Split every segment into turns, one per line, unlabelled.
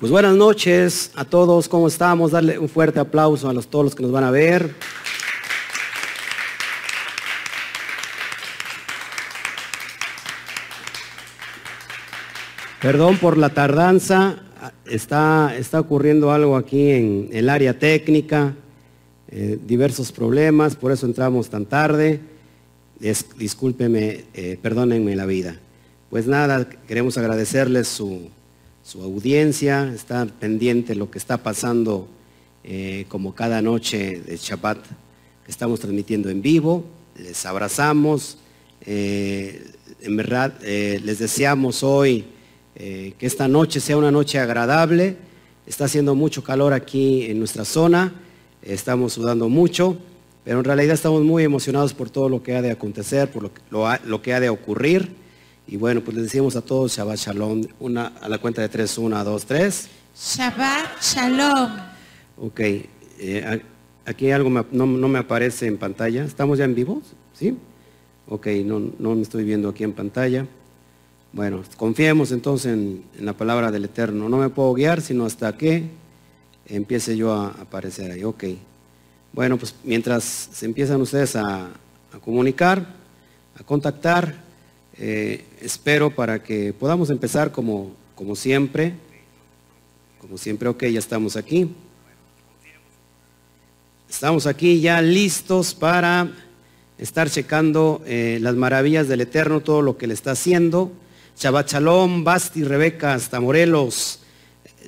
Pues buenas noches a todos, ¿cómo estamos? Darle un fuerte aplauso a los, todos los que nos van a ver. Perdón por la tardanza, ah, está, está ocurriendo algo aquí en el área técnica, eh, diversos problemas, por eso entramos tan tarde. Es- discúlpeme, eh, perdónenme la vida. Pues nada, queremos agradecerles su, su audiencia, estar pendiente de lo que está pasando eh, como cada noche de Shabbat que estamos transmitiendo en vivo. Les abrazamos, eh, en verdad eh, les deseamos hoy eh, que esta noche sea una noche agradable. Está haciendo mucho calor aquí en nuestra zona, estamos sudando mucho, pero en realidad estamos muy emocionados por todo lo que ha de acontecer, por lo, que- lo ha- lo que ha de ocurrir. Y bueno, pues les decimos a todos Shabbat Shalom, una, a la cuenta de tres, una, dos, tres.
Shabbat Shalom.
Ok, eh, a- aquí algo me ap- no, no me aparece en pantalla. ¿Estamos ya en vivo? ¿Sí? Ok, no, no me estoy viendo aquí en pantalla. Bueno, confiemos entonces en, en la palabra del Eterno. No me puedo guiar sino hasta que empiece yo a aparecer ahí. Ok. Bueno, pues mientras se empiezan ustedes a, a comunicar, a contactar, eh, espero para que podamos empezar como, como siempre. Como siempre, ok, ya estamos aquí. Estamos aquí ya listos para estar checando eh, las maravillas del Eterno, todo lo que le está haciendo. Shabbat Shalom, Basti, Rebeca, hasta Morelos.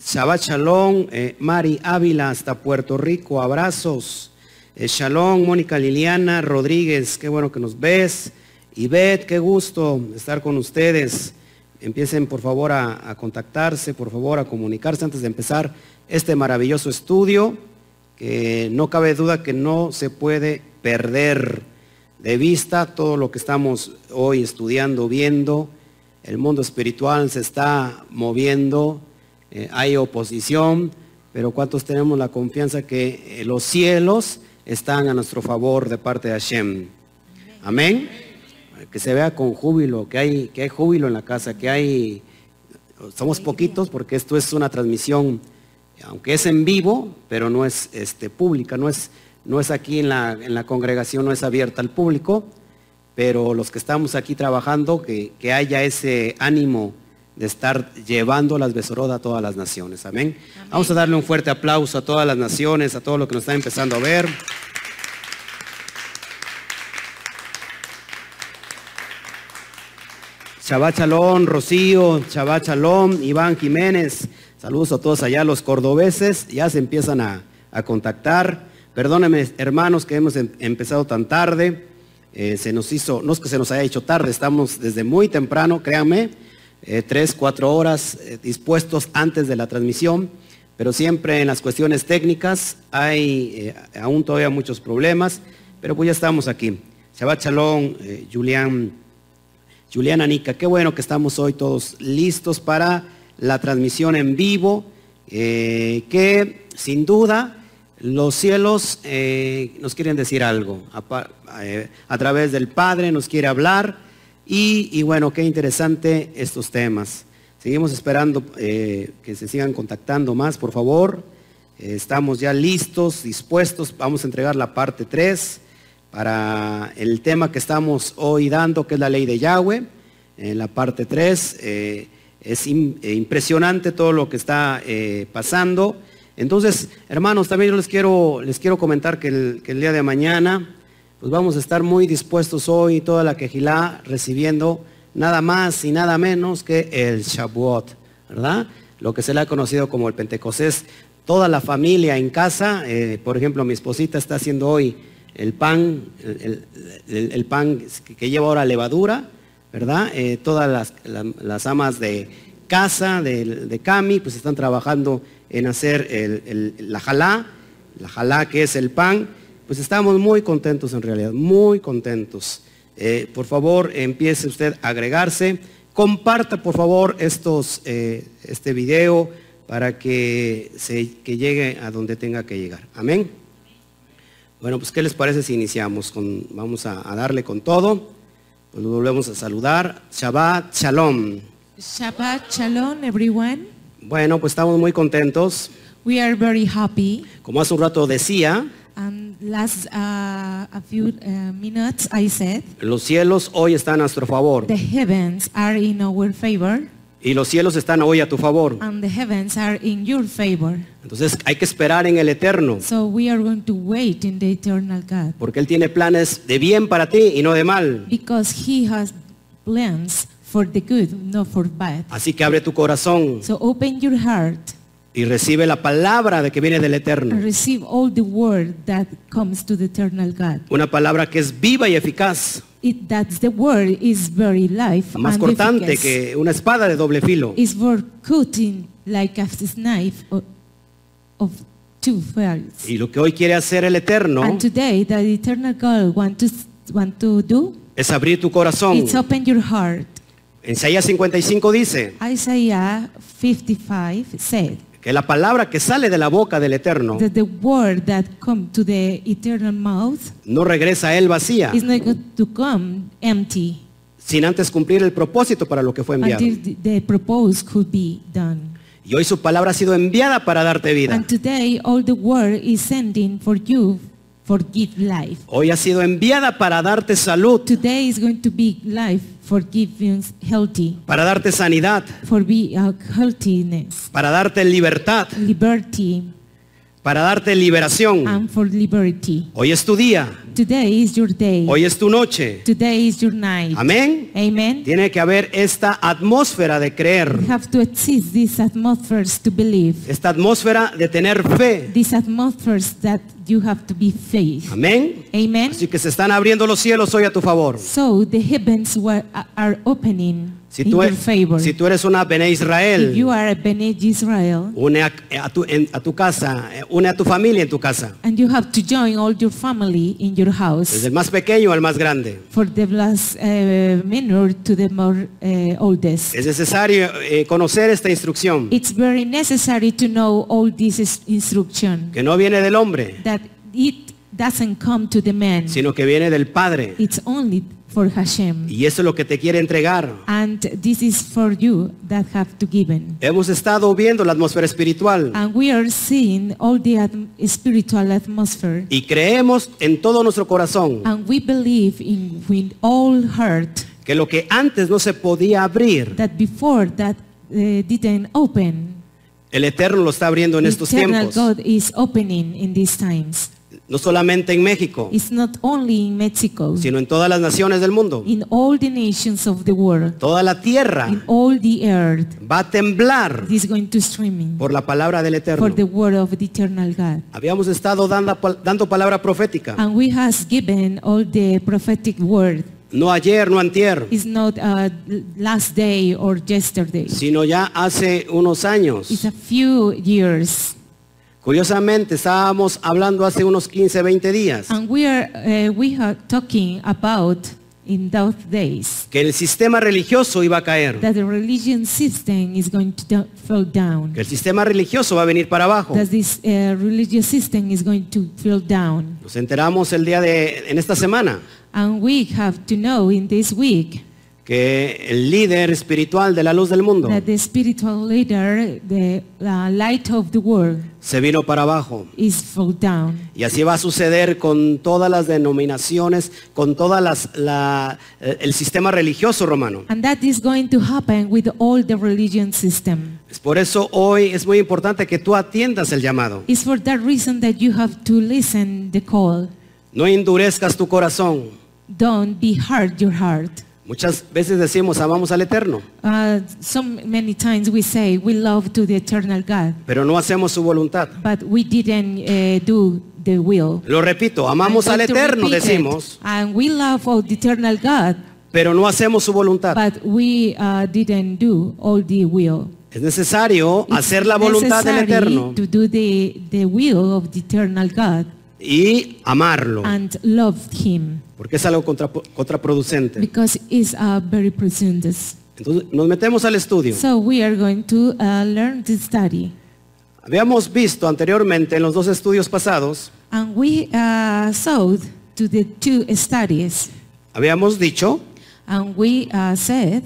Shabbat Shalom, eh, Mari Ávila, hasta Puerto Rico, abrazos. Eh, Shalom, Mónica Liliana Rodríguez, qué bueno que nos ves. Ivette, qué gusto estar con ustedes. Empiecen por favor a, a contactarse, por favor a comunicarse antes de empezar este maravilloso estudio que no cabe duda que no se puede perder de vista todo lo que estamos hoy estudiando, viendo. El mundo espiritual se está moviendo, eh, hay oposición, pero ¿cuántos tenemos la confianza que eh, los cielos están a nuestro favor de parte de Hashem? Amén. Que se vea con júbilo, que hay, que hay júbilo en la casa, que hay... Somos poquitos porque esto es una transmisión, aunque es en vivo, pero no es este, pública, no es, no es aquí en la, en la congregación, no es abierta al público, pero los que estamos aquí trabajando, que, que haya ese ánimo de estar llevando las besorod a todas las naciones. Amén. Vamos a darle un fuerte aplauso a todas las naciones, a todo lo que nos está empezando a ver. Shabbat Shalom, Rocío, Shabbat Shalom, Iván Jiménez. Saludos a todos allá, los cordobeses. Ya se empiezan a, a contactar. Perdónenme, hermanos, que hemos em- empezado tan tarde. Eh, se nos hizo, no es que se nos haya hecho tarde, estamos desde muy temprano, créanme, eh, tres, cuatro horas eh, dispuestos antes de la transmisión pero siempre en las cuestiones técnicas hay eh, aún todavía muchos problemas, pero pues ya estamos aquí. Shabbat Shalom, eh, Julián, Juliana Nica, qué bueno que estamos hoy todos listos para la transmisión en vivo, eh, que sin duda los cielos eh, nos quieren decir algo, a, pa- eh, a través del Padre nos quiere hablar y, y bueno, qué interesante estos temas. Seguimos esperando eh, que se sigan contactando más, por favor. Eh, estamos ya listos, dispuestos, vamos a entregar la parte 3 para el tema que estamos hoy dando, que es la ley de Yahweh, en la parte 3. eh, es im- eh, impresionante todo lo que está eh, pasando. Entonces, hermanos, también yo les quiero, les quiero comentar que el, que el día de mañana, pues vamos a estar muy dispuestos hoy, toda la quejilá, recibiendo nada más y nada menos que el Shavuot, ¿verdad? Lo que se le ha conocido como el Pentecostés. Toda la familia en casa, eh, por ejemplo, mi esposita está haciendo hoy el pan, el, el- el- el pan que- que lleva ahora levadura, ¿verdad? Eh, todas las, la- las amas de casa, de, de Cami, pues están trabajando en hacer el- el- la jalá, la jalá que es el pan, pues estamos muy contentos en realidad, muy contentos. Eh, por favor, empiece usted a agregarse. Comparta, por favor, estos, eh, este video para que, se, que llegue a donde tenga que llegar. Amén. Bueno, pues ¿qué les parece si iniciamos? Con, vamos a, a darle con todo. Pues lo volvemos a saludar. Shabbat, shalom.
Shabbat Shalom, everyone.
Bueno, pues estamos muy contentos.
We are very happy.
Como hace un rato decía,
And last uh, a few uh, minutes I said,
los cielos hoy están a nuestro favor
the heavens are in our favor
y los cielos están hoy a tu favor.
and the heavens are in your favor.
Entonces hay que esperar en el eterno,
So we are going to wait in the eternal God
porque Él tiene planes de bien para ti y no de mal.
because he has plans for the good, not for bad.
Así que abre tu corazón
So open your heart
y recibe la palabra de que viene del
and
eterno.
receive all the word that comes to the eternal God.
Una palabra que es viva y eficaz,
It, that's the word is very life
más
and
cortante
efficace.
que una espada de doble filo.
is for cutting like a knife o- of two files.
Y lo que hoy quiere hacer el eterno
And today, the eternal God want to want to do
es abrir tu corazón.
it's open your heart.
En Isaías 55 dice
Isaiah 55 said
que la palabra que sale de la boca del eterno
that the word that come to the eternal mouth
no regresa a él vacía,
is not going to come empty
sin antes cumplir el propósito para lo que fue enviado.
until the, the propose could be done.
Y hoy su palabra ha sido enviada para darte vida.
And today, all the word is sending for you for give life.
Hoy ha sido enviada para darte salud,
Today is going to be life for giving healthy,
para darte sanidad,
for be uh, healthiness,
para darte libertad,
liberty,
para darte liberación.
and for liberty.
Hoy es tu día,
Today is your day.
hoy es tu noche.
Today is your night.
Amén.
Amen.
Tiene que haber esta atmósfera de creer,
We have to exist these atmospheres to believe.
esta atmósfera de tener fe.
These atmospheres that you have to be faith.
Amén.
Amen.
Así que se están abriendo los cielos hoy a tu favor.
So the heavens were, are opening
Si
in
tú,
your
e-
favor.
si tú eres una Bene
if you
Israel,
are a Bene Israel
une a, a tu, en- a tu casa, eh, une a tu familia en tu casa,
and you have to join all your family in your house.
desde el más pequeño al más grande.
for the last uh, minor to the more uh, oldest.
Es necesario eh, conocer esta instrucción,
It's very necessary to know all this is- instruction
que no viene del hombre,
that it doesn't come to the man.
sino que viene del Padre.
It's only for Hashem,
Y eso es lo que te quiere entregar.
and this is for you that have to given.
Hemos estado viendo la atmósfera espiritual
And we are seeing all the atm- spiritual atmosphere,
y creemos en todo nuestro corazón
and we believe in with all heart
que lo que antes no se podía abrir,
that before that uh, didn't open,
el Eterno lo está abriendo en estos
eternal
tiempos.
God is opening in these times.
No solamente en México,
It's not only in Mexico,
sino en todas las naciones del mundo.
in all the nations of the world,
Toda la
in
tierra
all the earth,
va a temblar
it is going to streaming
por la palabra del
for
Eterno.
the word of the eternal God.
Habíamos estado dando, pal- dando palabra profética.
And we has given all the prophetic word.
No ayer, no antier,
It's not uh, last day or yesterday.
sino ya hace unos
It's
años.
a few years.
Curiosamente, estábamos hablando hace unos 15, 20 días
And we are uh, we are talking about in those days
que el sistema religioso iba a caer,
that the religion system is going to do- fall down.
que el sistema religioso va a venir para abajo.
that this uh, religious system is going to fall down.
Nos enteramos el día de, en esta semana,
And we have to know in this week
que el líder espiritual de la luz del mundo
that the spiritual leader, the uh, light of the world,
se vino para abajo.
is fall down.
Y así va a suceder con todas las denominaciones, con todas las la- eh, el sistema religioso romano.
And that is going to happen with all the religion system.
Es por eso hoy es muy importante que tú atiendas el llamado.
It's for that reason that you have to listen the call.
No endurezcas tu corazón.
Don't be hard your heart.
Muchas veces decimos amamos al eterno,
Uh, so many times we say we love to the eternal God,
pero no hacemos su voluntad.
but we didn't uh, do the will.
Lo repito, amamos
I'm
al
going to
eterno
repeat it.
decimos,
And we love all the eternal God,
pero no hacemos su voluntad.
but we uh, didn't do all the will.
Es necesario
It's
hacer la voluntad del
necessary
eterno
To do the, the will of the eternal God
y amarlo,
and love Him
porque es algo contra- contraproducente.
because it's uh, very presumptuous.
Entonces nos metemos al estudio.
So we are going to uh, learn to study.
Habíamos visto anteriormente en los dos estudios pasados,
And we uh, saw to the two studies.
habíamos dicho
And we uh, said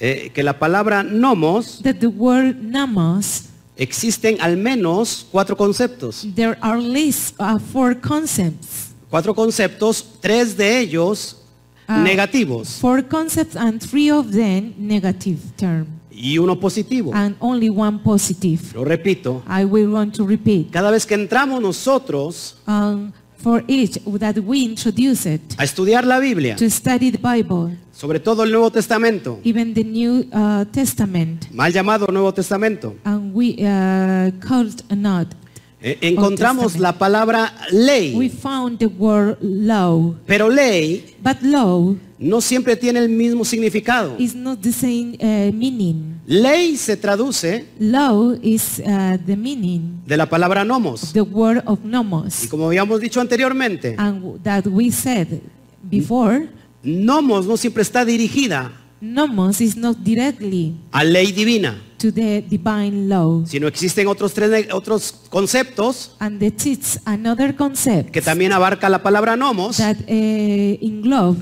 eh, que la palabra nomos
that the word nomos,
existen al menos cuatro conceptos.
there are lists of four concepts,
Cuatro conceptos, tres de ellos
Ah.
negativos
four concepts and three of them negative term,
y uno positivo.
and only one positive.
Lo repito,
I will want to repeat.
cada vez que entramos nosotros
Um, for each that we introduce it
a estudiar la Biblia,
to study the Bible,
sobre todo el Nuevo Testamento,
even the New uh, Testament,
mal llamado Nuevo Testamento,
and we uh, called not.
eh, encontramos
Testamento.
la palabra
We
ley,
found the word law,
pero ley
but law
no siempre tiene el mismo significado.
is not the same uh, meaning.
Ley se traduce
Law is uh, the meaning
de la palabra
of
nomos.
the word of
Y
nomos,
como habíamos dicho anteriormente,
and that we said before,
nomos no siempre está dirigida
nomos is not directly
a ley divina,
to the divine law,
sino existen otros tres ne- otros conceptos
and it is another concept
que también abarca la palabra nomos,
that uh, englobe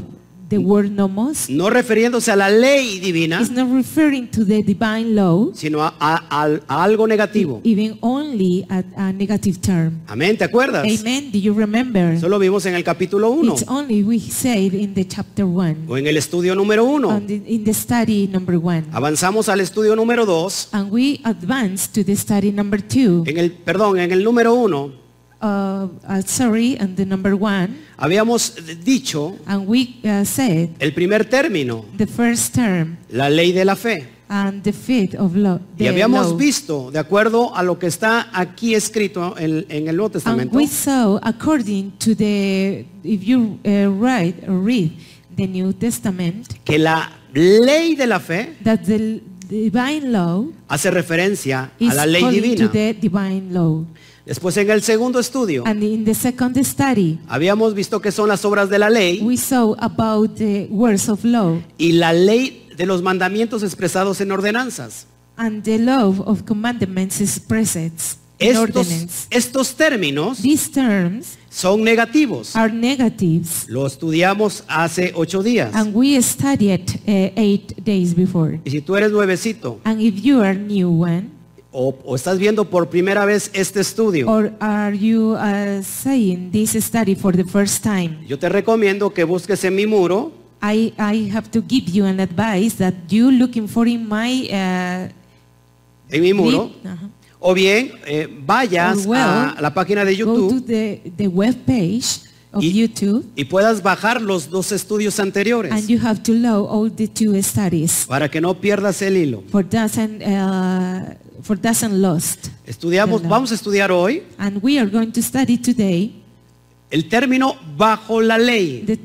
the word nomos.
no refiriéndose a la ley divina,
It's not referring to the divine law,
sino a, a- a- a algo negativo.
even only at a negative term.
Amén, ¿te acuerdas?
Amen. Do you remember?
Eso lo vimos en el capítulo 1
It's only we said in the chapter one,
o en el estudio número 1.
and in in the study number
Ah.
one,
Avanzamos al estudio número 2,
and we advanced to the study number two.
en el, perdón, en el número 1
Uh, uh, sorry, and the number one,
habíamos dicho
and we uh, said
el primer término,
the first term
la ley de la fe.
and the fifth of law.
Y
the
habíamos
law.
visto, de acuerdo a lo que está aquí escrito en, en el Nuevo
And
Testamento,
we saw, according to the, if you uh, write or read the New Testament,
que la ley de la fe
that the divine law
hace referencia
is
a la ley
calling to
divina.
the divine law.
Después en el segundo estudio
And in the second study,
habíamos visto que son las obras de la ley
we saw about the words of law
y la ley de los mandamientos expresados en ordenanzas.
and the law of commandments is present in
Estos,
ordinance.
estos términos
These terms
son negativos.
are negatives
Lo estudiamos hace ocho días.
and we studied uh, eight days before.
Y si tú eres nuevecito
And if you are new one,
o, o estás viendo por primera vez este estudio,
Or are you uh, saying this study for the first time?
yo te recomiendo que busques en mi muro
I, I have to give you an advice that you looking for in my uh,
en mi muro,
lib- uh-huh.
o bien eh, vayas
Well,
a la página de
Go to
YouTube
the, the web page of
Y-
YouTube
y puedas bajar los dos estudios
and
anteriores
you have to load all the two studies
para que no pierdas el hilo.
for doesn't uh, for doesn't lost.
Estudiamos,
Hello.
vamos a estudiar hoy
And we are going to study today
el término bajo la ley.
the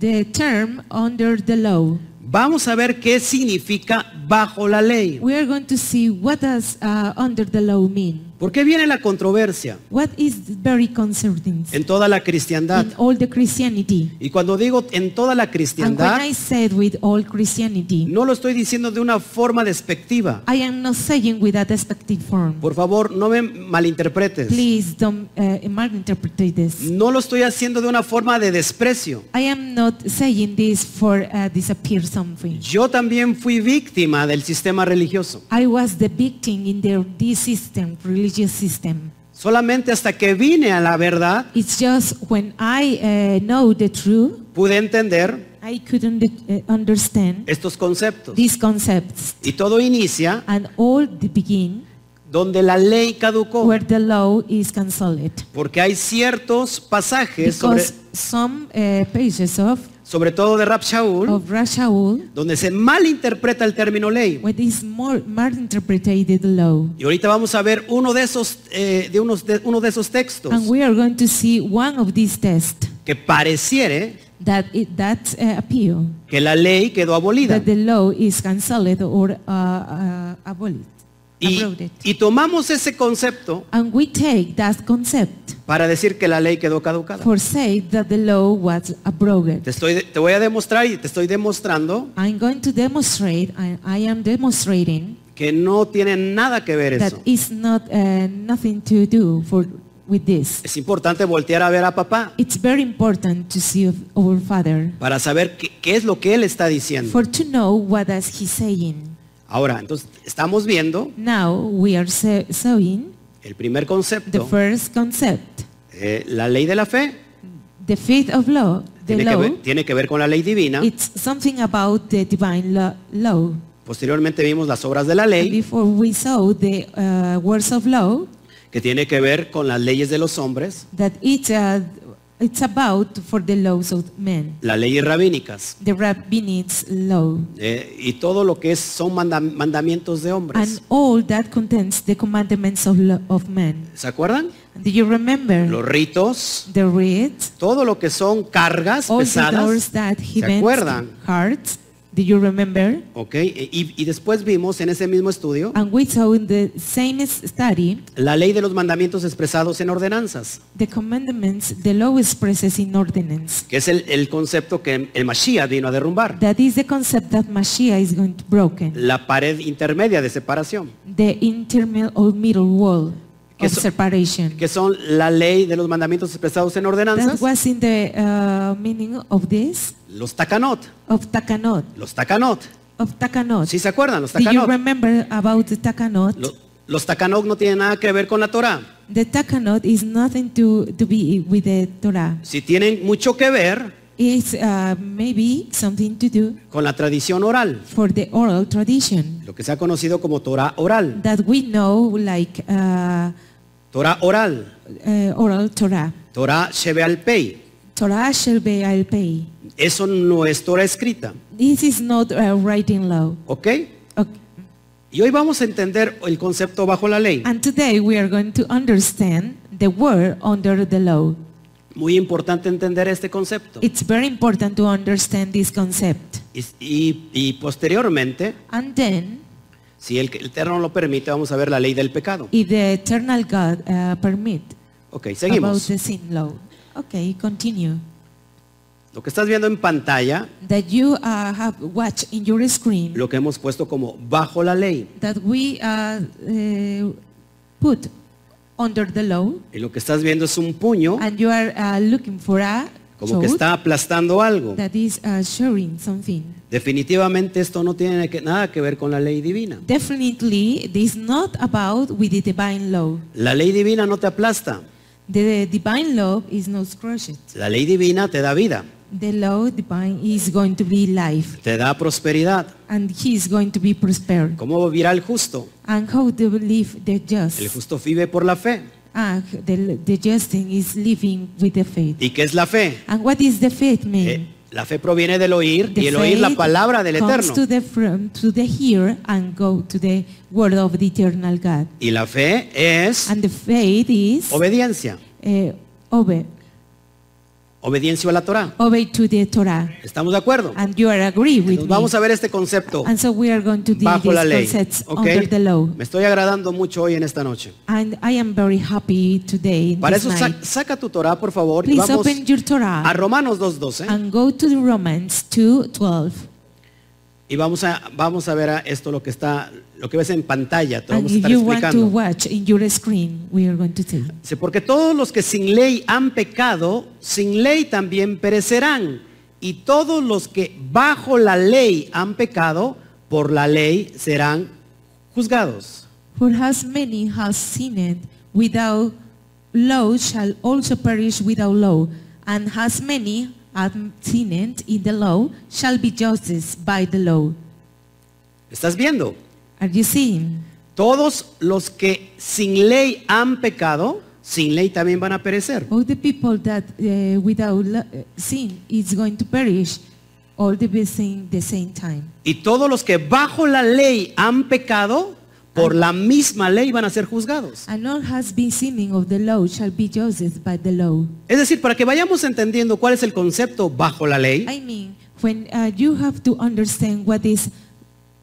the term under the law.
Vamos a ver qué significa bajo la ley.
We are going to see what does uh, under the law mean.
¿Por qué viene la controversia
What is very concerning
en toda la cristiandad?
in all the Christianity.
Y cuando digo en toda la
And when
cristiandad,
I said with all Christianity,
no lo estoy diciendo de una forma despectiva.
I am not saying with a despective form.
Por favor, no me malinterpretes.
Please don't uh, malinterpret this.
No lo estoy haciendo de una forma de desprecio.
I am not saying this for uh, disappear something.
Yo también fui víctima del sistema religioso.
I was the victim in their this system, religious system.
Solamente hasta que vine a la verdad
It's just when I uh, know the truth,
pude entender
I couldn't uh, understand
estos conceptos.
these concepts.
Y todo inicia
And all the begin
donde la ley caducó,
where the law is cancelled.
porque hay ciertos pasajes, sobre,
Because some uh, pages of
sobre todo de Rab Shaul,
of Rashaul,
donde se malinterpreta el término ley.
what is more malinterpreted law.
Y ahorita vamos a ver uno de esos, eh, de unos de- uno de esos textos
And we are going to see one of these tests
que pareciere
that it, that uh, appeal
que la ley quedó abolida.
that the law is cancelled or uh, uh, abolished,
Y,
abroaded.
y tomamos ese concepto
And we take that concept
para decir que la ley quedó caducada.
for say that the law was
Te,
abrogated.
estoy, te voy a demostrar y te estoy demostrando
I'm going to demonstrate, I, I am demonstrating
que no tiene nada que ver
that
eso.
it's not uh, nothing to do for with this.
Es importante voltear a ver a papá
It's very important to see of our Father
para saber qué, qué es lo que él está diciendo.
for to know what is He saying.
Ahora, entonces, estamos viendo
Now we are se- showing
el primer
the
concepto,
first concept,
eh, la ley de la fe,
the faith of law, the
tiene que,
law.
ver, tiene que ver con la ley divina.
It's something about the divine lo- law.
Posteriormente vimos las obras de la
And
ley,
before we saw the uh, words of law,
que tiene que ver con las leyes de los hombres,
that it's, uh, it's about for the laws of men,
las leyes rabínicas,
the rabbinic law,
eh, y todo lo que es, son manda- mandamientos de
and
hombres.
all that contains the commandments of, lo- of men.
¿Se acuerdan?
Do you remember
Los ritos,
the reeds?
todo lo que son cargas
All the doors
pesadas.
that
¿Se
he bends
acuerdan?
hearts. Do you remember?
Ok, e- y, y después vimos en ese mismo estudio
And we saw in the same study
la ley de los mandamientos expresados en ordenanzas,
the commandments the law expresses in ordinance.
que es el, el concepto que el Mashiach vino a derrumbar,
That is the concept that Mashiach is going to broken.
la pared intermedia de separación,
The intermediate or middle wall
Que
of
so-
separation.
que son la ley de los mandamientos expresados en
That
ordenanzas,
was in the uh, meaning of this,
los takanot,
of Takanot.
los takanot.
Of Takanot.
¿Sí se acuerdan? Los
Do you
takanot.
remember about the Takanot?
Lo- los takanot no tienen nada que ver con la Torah.
The Takanot is nothing to, to be with the Torah.
Si tienen mucho que ver
It's uh, maybe something to do
con la tradición oral,
for the oral tradition
lo que se ha conocido como Torah oral.
that we know like uh,
Torah oral,
uh, oral Torah.
Torah Shebeal Pei.
Torah shall be I'll pay.
Eso no es Torah escrita,
This is not a writing law.
¿ok?
Okay.
Y hoy vamos a entender el concepto bajo la ley.
And today we are going to understand the word under the law.
Muy importante entender este concepto.
It's very important to understand this concept.
Y, y- y posteriormente,
And then,
si el, el Eterno lo permite, vamos a ver la ley del pecado.
if the eternal God uh, permit,
Ok,
about
seguimos.
the sin law. Okay, continue.
Lo que estás viendo en pantalla,
That you uh, have watched in your screen
lo que hemos puesto como bajo la ley.
that we uh, uh, put under the law,
Y lo que estás viendo es un puño
and you are uh, looking for a
como que
toad
está aplastando algo.
that is uh, showing something.
Definitivamente esto no tiene que- nada que ver con la ley divina.
Definitely, this is not about with the divine law.
La ley divina no te aplasta.
The divine law is not crushed.
La ley divina te da vida,
The law divine is going to be life,
te da prosperidad.
and he is going to be prospered.
¿Cómo vivirá el justo?
And how to live the
El
just?
justo vive por la fe.
And Ah, the, the just thing is living with the faith.
¿Y qué es la fe?
And what is the faith
Eh,
mean?
la fe proviene del oír
The
y el oír la
faith
palabra del
comes
Eterno.
To the, from, to the hear and go to the word of the eternal God.
Y la fe es
And the faith is
obediencia,
eh, obey,
obediencia a la Torah.
obey to the Torah.
¿Estamos de acuerdo?
And you are agree with
Entonces,
me.
vamos a ver este concepto
And so we are going to deal
bajo
these
la ley.
concepts
¿ok?
under the law.
Me estoy agradando mucho hoy en esta noche.
And I am very happy today. in
Para
this
eso sa-
night.
saca tu Torah, por favor, y
Please
vamos
open your
a
Torah
Romanos 2.12
and go to the Romans 2:12.
y vamos a, vamos a ver a esto lo que está, lo que ves en pantalla, te lo
And
vamos a
if
estar
you want to
explicando.
watch in your screen, we are going to see.
Dice, porque todos los que sin ley han pecado, sin ley también perecerán. Y todos los que bajo la ley han pecado, por la ley serán juzgados.
For as many has sinned without law shall also perish without law, and as many have sinned in the law shall be justice by the law.
¿Estás viendo?
Are you seeing?
Todos los que sin ley han pecado, sin ley también van a perecer.
All the people that uh, without lo- uh, sin is going to perish, all the be sin the same time.
Y todos los que bajo la ley han pecado, por la misma ley van a ser juzgados.
And all has been sinning of the law shall be judged by the law.
Es decir, para que vayamos entendiendo cuál es el concepto bajo la ley,
I mean, when uh, you have to understand what is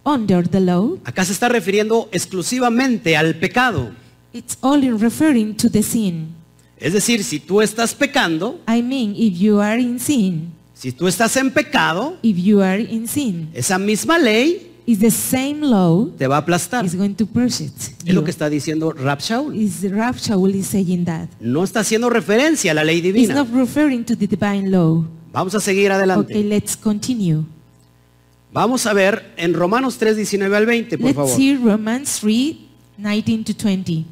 under the law,
Acá se está refiriendo exclusivamente al pecado.
it's only referring to the sin.
Es decir, si tú estás pecando,
I mean, if you are in sin,
si tú estás en pecado,
if you are in sin,
esa misma ley
It's the same law
te va a aplastar.
is going to crush it.
Es lo que está diciendo Rab Shaul.
Is the Rav Shaul is saying that.
No está haciendo referencia a la ley
It's
divina.
not referring to the divine law.
Vamos a seguir adelante.
Okay, let's continue.
Vamos a ver en Romanos 3, 19 al 20, por
Let's
favor.
see Romans 3, 19 to 20.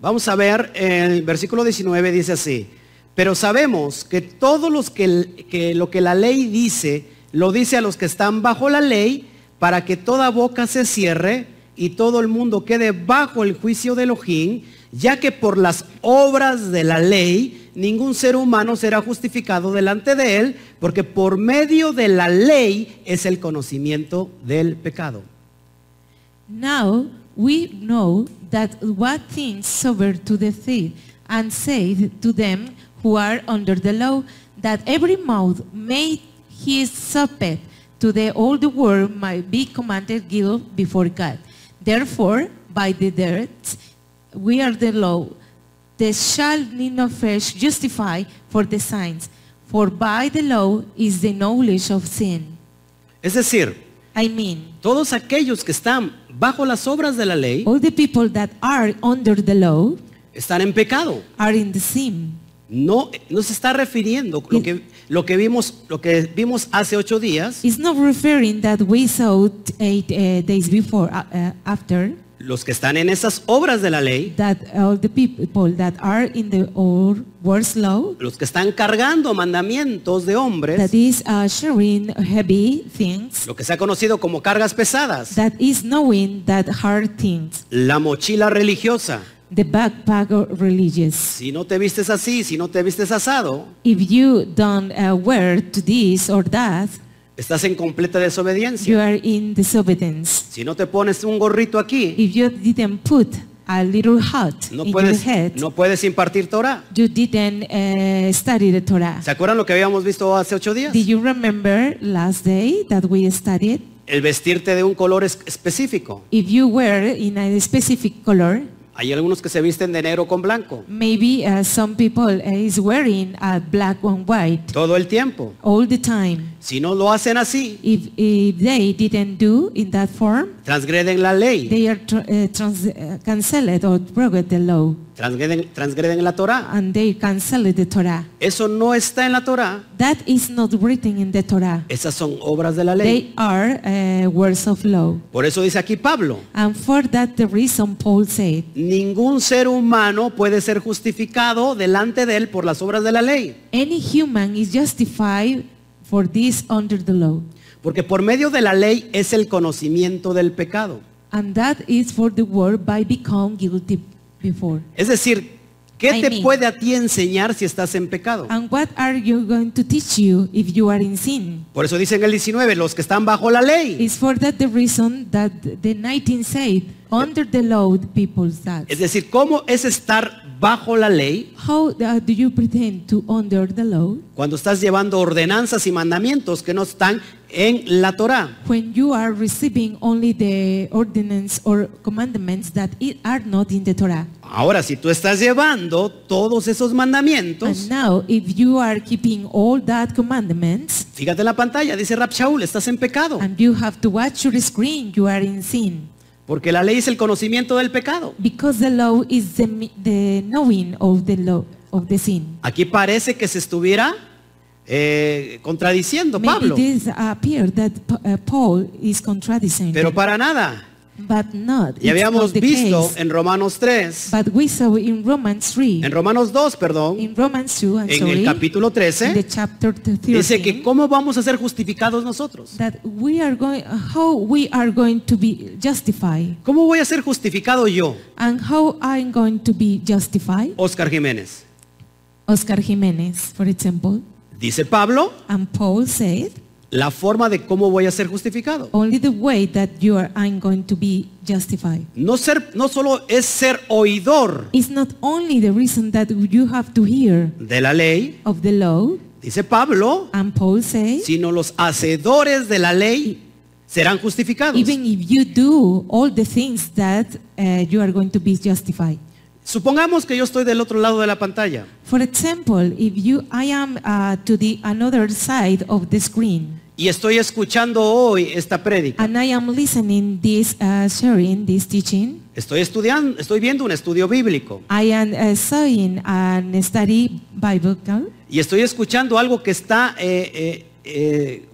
Vamos a ver, el versículo 19 dice así, pero sabemos que todos los que, que lo que la ley dice, lo dice a los que están bajo la ley, para que toda boca se cierre y todo el mundo quede bajo el juicio de Elohim, ya que por las obras de la ley ningún ser humano será justificado delante de él, porque por medio de la ley es el conocimiento del pecado.
Now we know that what things sober to the thief, and said to them who are under the law, that every mouth made his subject to the all the world might be commanded guilt before God. Therefore, by the deeds we are the law, the shall need no flesh justify for the signs, for by the law is the knowledge of sin.
Es decir,
I mean,
todos aquellos que están bajo las obras de la ley,
All the people that are under the law
están en pecado.
are in the sin.
No, no se está refiriendo lo que, lo que vimos, lo que vimos hace ocho días,
It's not referring that we saw eight uh, days before, uh, uh, after,
los que están en esas obras de la ley,
that all the people that are in the old worst law,
los que están cargando mandamientos de hombres,
that is uh, sharing heavy things,
lo que se ha conocido como cargas pesadas,
that is knowing that hard things,
la mochila religiosa.
the backpack of religious.
Si no te vistes así, si no te vistes asado,
If you don't uh, wear to this or that,
estás en completa desobediencia.
you are in disobedience.
Si no te pones un gorrito aquí,
If you didn't put a little hat
no
in your
puedes,
head,
no puedes impartir Torah.
you didn't uh, study the Torah.
¿Se acuerdan lo que habíamos visto hace ocho días?
Did you remember last day that we studied?
El vestirte de un color es- específico.
If you were in a specific color,
Hay algunos que se visten de negro con blanco
maybe uh, some people uh, is wearing a black and white
todo el tiempo.
all the time.
Si no lo hacen así,
If, if they didn't do in that form,
transgreden la ley,
they are tr- uh, trans- uh, cancelled or broken the law,
transgreden, transgreden la Torah.
and they cancelled the Torah.
Eso no está en la Torah.
That is not written in the Torah.
Esas son obras de la ley.
They are uh, words of law.
Por eso dice aquí Pablo,
And for that the reason Paul said,
ningún ser humano puede ser justificado delante de él por las obras de la ley,
Any human is justified for this under the law,
porque por medio de la ley es el conocimiento del pecado.
and that is for the word by become guilty before.
Es decir, ¿qué
I
te
mean-
puede a ti enseñar si estás en pecado?
And what are you going to teach you if you are in sin?
Por eso dice en el 19, los que están bajo la ley.
It's for that the reason that the 19 said, under the law the people that.
Es decir, ¿cómo es estar bajo la ley
How uh, do you pretend to under the law
cuando estás llevando ordenanzas y mandamientos que no están en la Torá?
when you are receiving only the ordinance or commandments that it are not in the Torah?
Ahora, si tú estás llevando todos esos mandamientos,
And now, if you are keeping all that commandments,
fíjate en la pantalla, dice Rab Shaul, estás en pecado,
and you have to watch your screen, you are in sin.
porque la ley es el conocimiento del pecado.
Because the law is the, mi- the knowing of the law of the sin.
Aquí parece que se estuviera eh, contradiciendo
Maybe
Pablo,
this appeared that Pa- uh, Paul is contradicting,
pero para nada.
but not.
Y
It's
habíamos
not the
visto
case.
en Romanos 3,
But we saw in Romans 3,
en Romanos 2, perdón,
in Romans 2, I'm
en
sorry,
el capítulo
in the
13,
chapter 13,
dice que cómo vamos a ser justificados nosotros.
that we are going, how we are going to be justified,
¿Cómo voy a ser justificado yo,
and how I'm going to be justified.
Oscar Jiménez?
Oscar Jiménez, for example,
Dice Pablo,
and Paul said,
la forma de cómo voy a ser justificado.
only the way that you are I'm going to be justified.
No, ser, no solo es ser oidor
It's not only the reason that you have to hear
de la ley,
of the law,
dice Pablo,
and Paul says,
sino los hacedores de la ley serán justificados.
even if you do all the things that uh, you are going to be justified.
Supongamos que yo estoy del otro lado de la pantalla
For example, if you I am uh, to the another side of the screen
Y estoy escuchando hoy esta prédica.
And I am listening this uh, sharing, this teaching.
Estoy estudiando, estoy viendo un estudio bíblico.
I am uh, studying and study biblical.
Y estoy escuchando algo que está eh, eh, eh,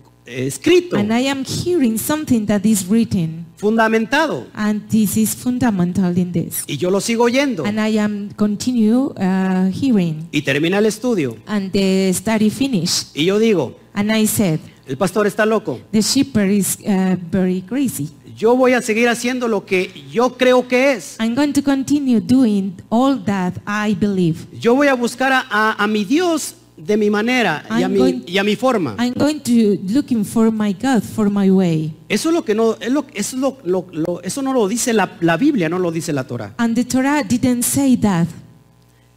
escrito,
And I am hearing something that is written.
fundamentado.
And this is fundamental in this.
Y yo lo sigo oyendo.
And I am continue uh, hearing.
Y termina el estudio.
And the study finished.
Y yo digo,
And I said,
el pastor está loco.
the shepherd is uh, very crazy.
Yo voy a seguir haciendo lo que yo creo que es.
I'm going to continue doing all that I believe.
Yo voy a buscar a, a- a mi Dios de mi manera y a
I'm
mi,
going-
y a mi forma.
I'm going to looking for my God for my way.
Eso es lo que no, es lo- eso, es lo- lo- lo- eso no lo dice la, la Biblia, no lo dice la Torah.
And the Torah didn't say that.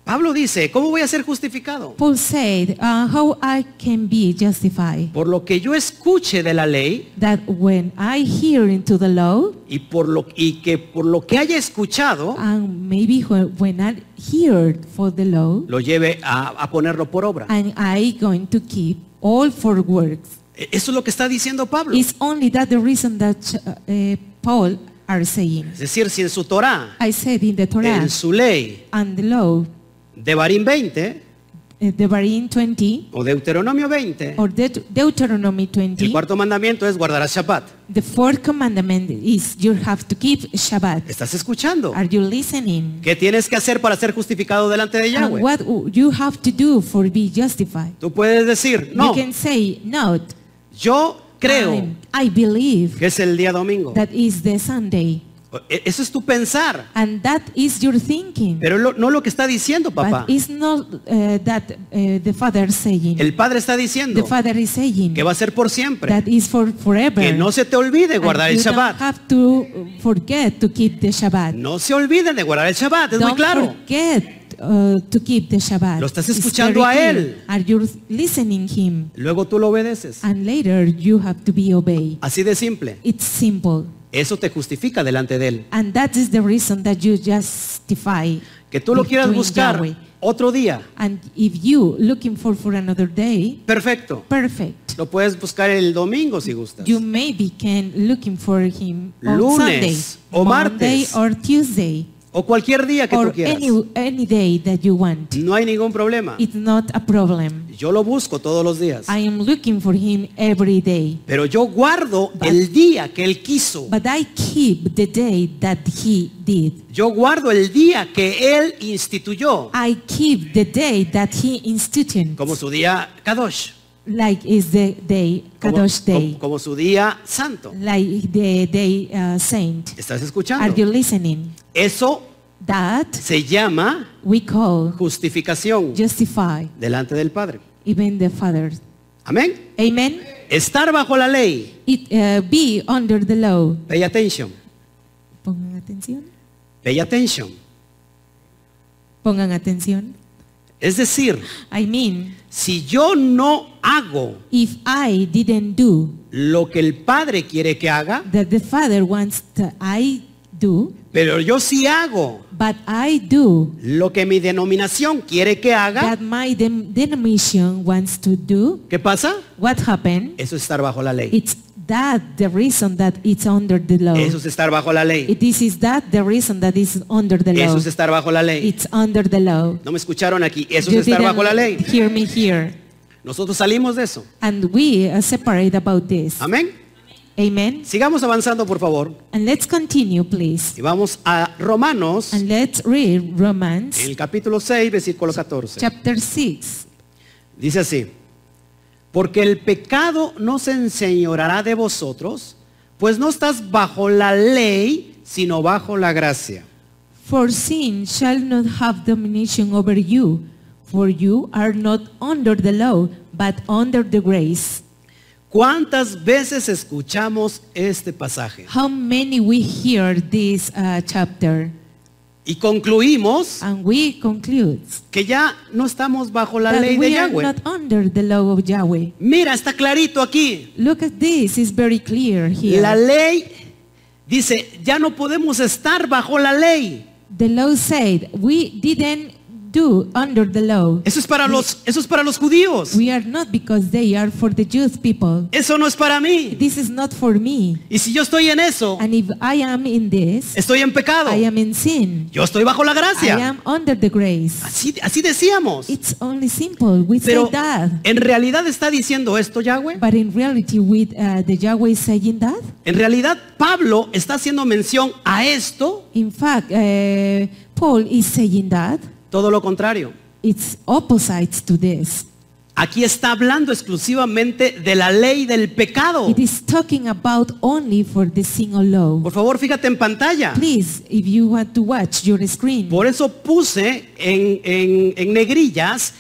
Pablo dice, ¿cómo voy a ser justificado?
Paul said, uh, how I can be justified.
Por lo que yo escuche de la ley
That when I hear into the law,
y, por lo, y que por lo que haya escuchado
and maybe wh- when I hear for the law,
lo lleve a, a ponerlo por obra.
and I going to keep all for works.
E- Eso es lo que está diciendo Pablo.
It's only that the reason that uh, Paul are saying.
Es decir, si en su Torah,
I said in the Torah
en su ley
and the law,
de Barín 20
uh, the Barim 20
o Deuteronomio 20,
or Deut- Deuteronomy
el
20,
cuarto mandamiento es guardarás Shabbat.
the fourth commandment is you have to keep Shabbat.
¿Estás escuchando?
Are you listening?
¿Qué tienes que hacer para ser justificado delante de
And
Yahweh?
what w- you have to do for be justified.
Tú puedes decir,
You
no,
can say, no,
yo creo
I'm- I believe
que es el día domingo.
that is the Sunday.
E- Eso es tu pensar,
And that is your thinking.
pero lo- no lo que está diciendo papá.
But it's not uh, that uh, the father saying.
El padre está
the
diciendo
father is saying
que va a ser por siempre.
that is for forever.
Que no se te olvide
And
guardar el
you don't
Shabbat.
have to forget to keep the Shabbat.
No se olviden de guardar el Shabbat, es muy
Don't
claro.
forget uh, to keep the Shabbat.
Lo estás
It's
escuchando
very
a
clear.
él.
Are you listening him?
Luego tú lo obedeces.
And later you have to be obeyed.
Así de simple.
It's simple.
Eso te justifica delante de él.
And that is the reason that you justify.
Que tú lo quieras
between
buscar
Yahweh.
otro día.
And if you looking for for another day,
Perfecto.
perfect.
Lo puedes buscar el domingo si gustas.
You maybe can looking for him on
Lunes
Sunday,
o
Monday
martes.
or Tuesday,
O cualquier día que tú
or
quieras.
any any day that you want.
No hay ningún problema.
It's not a problem.
Yo lo busco todos los días.
I am looking for him every day.
Pero yo guardo
But-
el día que él quiso.
But I keep the day that he did.
Yo guardo el día que él instituyó
I keep the day that he instituted,
como su día Kadosh.
like is the day,
Como,
Kadosh
como-
day,
como su día santo.
like the day uh, saint.
¿Estás
Are you
escuchando?
listening?
Eso
That
se llama
we call
justificación
justify,
delante del Padre.
even the Father.
Amén.
Amen.
Estar bajo la ley.
It uh, be under the law.
Pay attention.
Pongan atención.
Pay attention.
Pongan atención.
Es decir,
I mean,
si yo no hago
if I didn't do
lo que el Padre quiere que haga,
that the Father wants that I do,
pero yo sí hago
but I do
lo que mi denominación quiere que haga,
that my dem- denomination wants to do,
¿qué pasa?
what happened?
Eso es estar bajo la ley.
It's that the reason that it's under the law.
Eso es estar bajo la ley.
It- This is that the reason that it's under the law.
Eso es estar bajo la ley.
It's under the law.
No me escucharon aquí. Eso
You
es estar
didn't
bajo la ley.
Hear me here.
Nosotros salimos de eso.
And we uh, separate about this.
Amén.
Amen.
Sigamos avanzando, por favor.
And let's continue, please.
Y vamos a Romanos,
And let's read Romans
en el capítulo 6, versículo 14.
chapter 6.
Dice así, porque el pecado no se enseñoreará de vosotros, pues no estás bajo la ley, sino bajo la gracia.
For sin shall not have domination over you, for you are not under the law, but under the grace.
¿Cuántas veces escuchamos este pasaje?
How many we hear this uh, chapter?
Y concluimos
And we conclude
que ya no estamos bajo la
that
ley de
we are
Yahweh.
not under the law of Yahweh.
Mira, está clarito aquí.
Look at this, it's very clear here.
La ley dice, ya no podemos estar bajo la ley.
The law said we didn't do under the law.
Eso es para los, eso es para los judíos.
We are not because they are for the Jewish people.
Eso no es para mí.
This is not for me.
Y si yo estoy en eso,
And if I am in this,
estoy en pecado.
I am in sin.
Yo estoy bajo la
I
gracia.
am under the grace.
Así, así decíamos.
It's only simple. We say
Pero
that.
en realidad está diciendo esto Yahweh.
But in reality, with uh, the Yahweh saying that,
En realidad Pablo está haciendo mención a esto,
in fact, uh, Paul is saying that
todo lo contrario.
it's opposite to this.
Aquí está hablando exclusivamente de la ley del pecado.
It is talking about only for the single law.
Por favor, fíjate en pantalla.
Please, if you want to watch your screen,
Por eso puse en, en- en negrillas,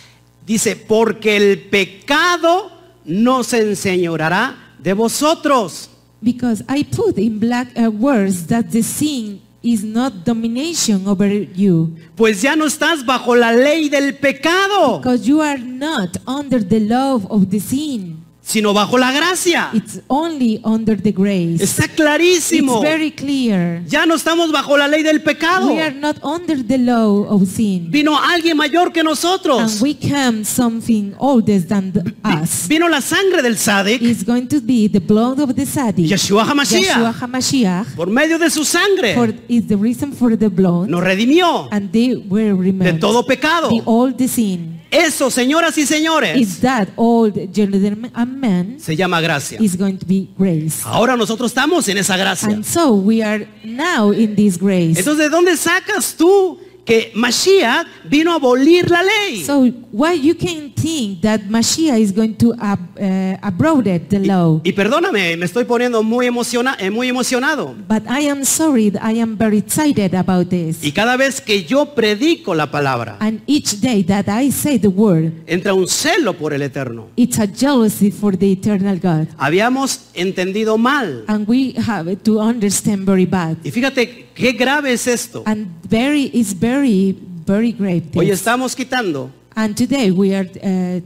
dice, porque el pecado no se enseñorará de vosotros.
because I put in black uh, words that the sin is not domination over you,
Pues ya no estás bajo la ley del pecado,
because you are not under the law of the sin.
sino bajo la gracia.
It's only under the grace.
Está clarísimo.
It's very clear.
Ya no estamos bajo la ley del pecado.
We are not under the law of sin.
Vino alguien mayor que
And
nosotros.
we come something older than the- us.
Vino la sangre del Sadek,
It's going to be the blood of the Sadi.
Yeshua HaMashiach.
HaMashiach.
Por medio de su
For,
sangre
is the reason for the blood.
nos redimió
And they were
de
remembered.
todo pecado.
The old sin.
Eso, señoras y
Is
señores,
that old generation and man
se llama gracia.
is going to be grace.
Ahora nosotros estamos en esa gracia.
And so we are now in this grace.
Entonces, ¿de dónde sacas tú que Mashiach vino a abolir la ley?
So why you can think that Mashiach is going to ab, uh, abroad the law?
Y perdóname, me estoy poniendo muy, emociona- eh, muy emocionado.
But I am sorry, that I am very excited about this.
Y cada vez que yo predico la palabra,
And each day that I say the word,
entra un celo por el eterno.
it's a jealousy for the eternal God.
Habíamos entendido mal.
And we have to understand very bad.
Y fíjate qué grave es esto.
And very is very, very grave.
Hoy
this.
estamos quitando
And today we are uh,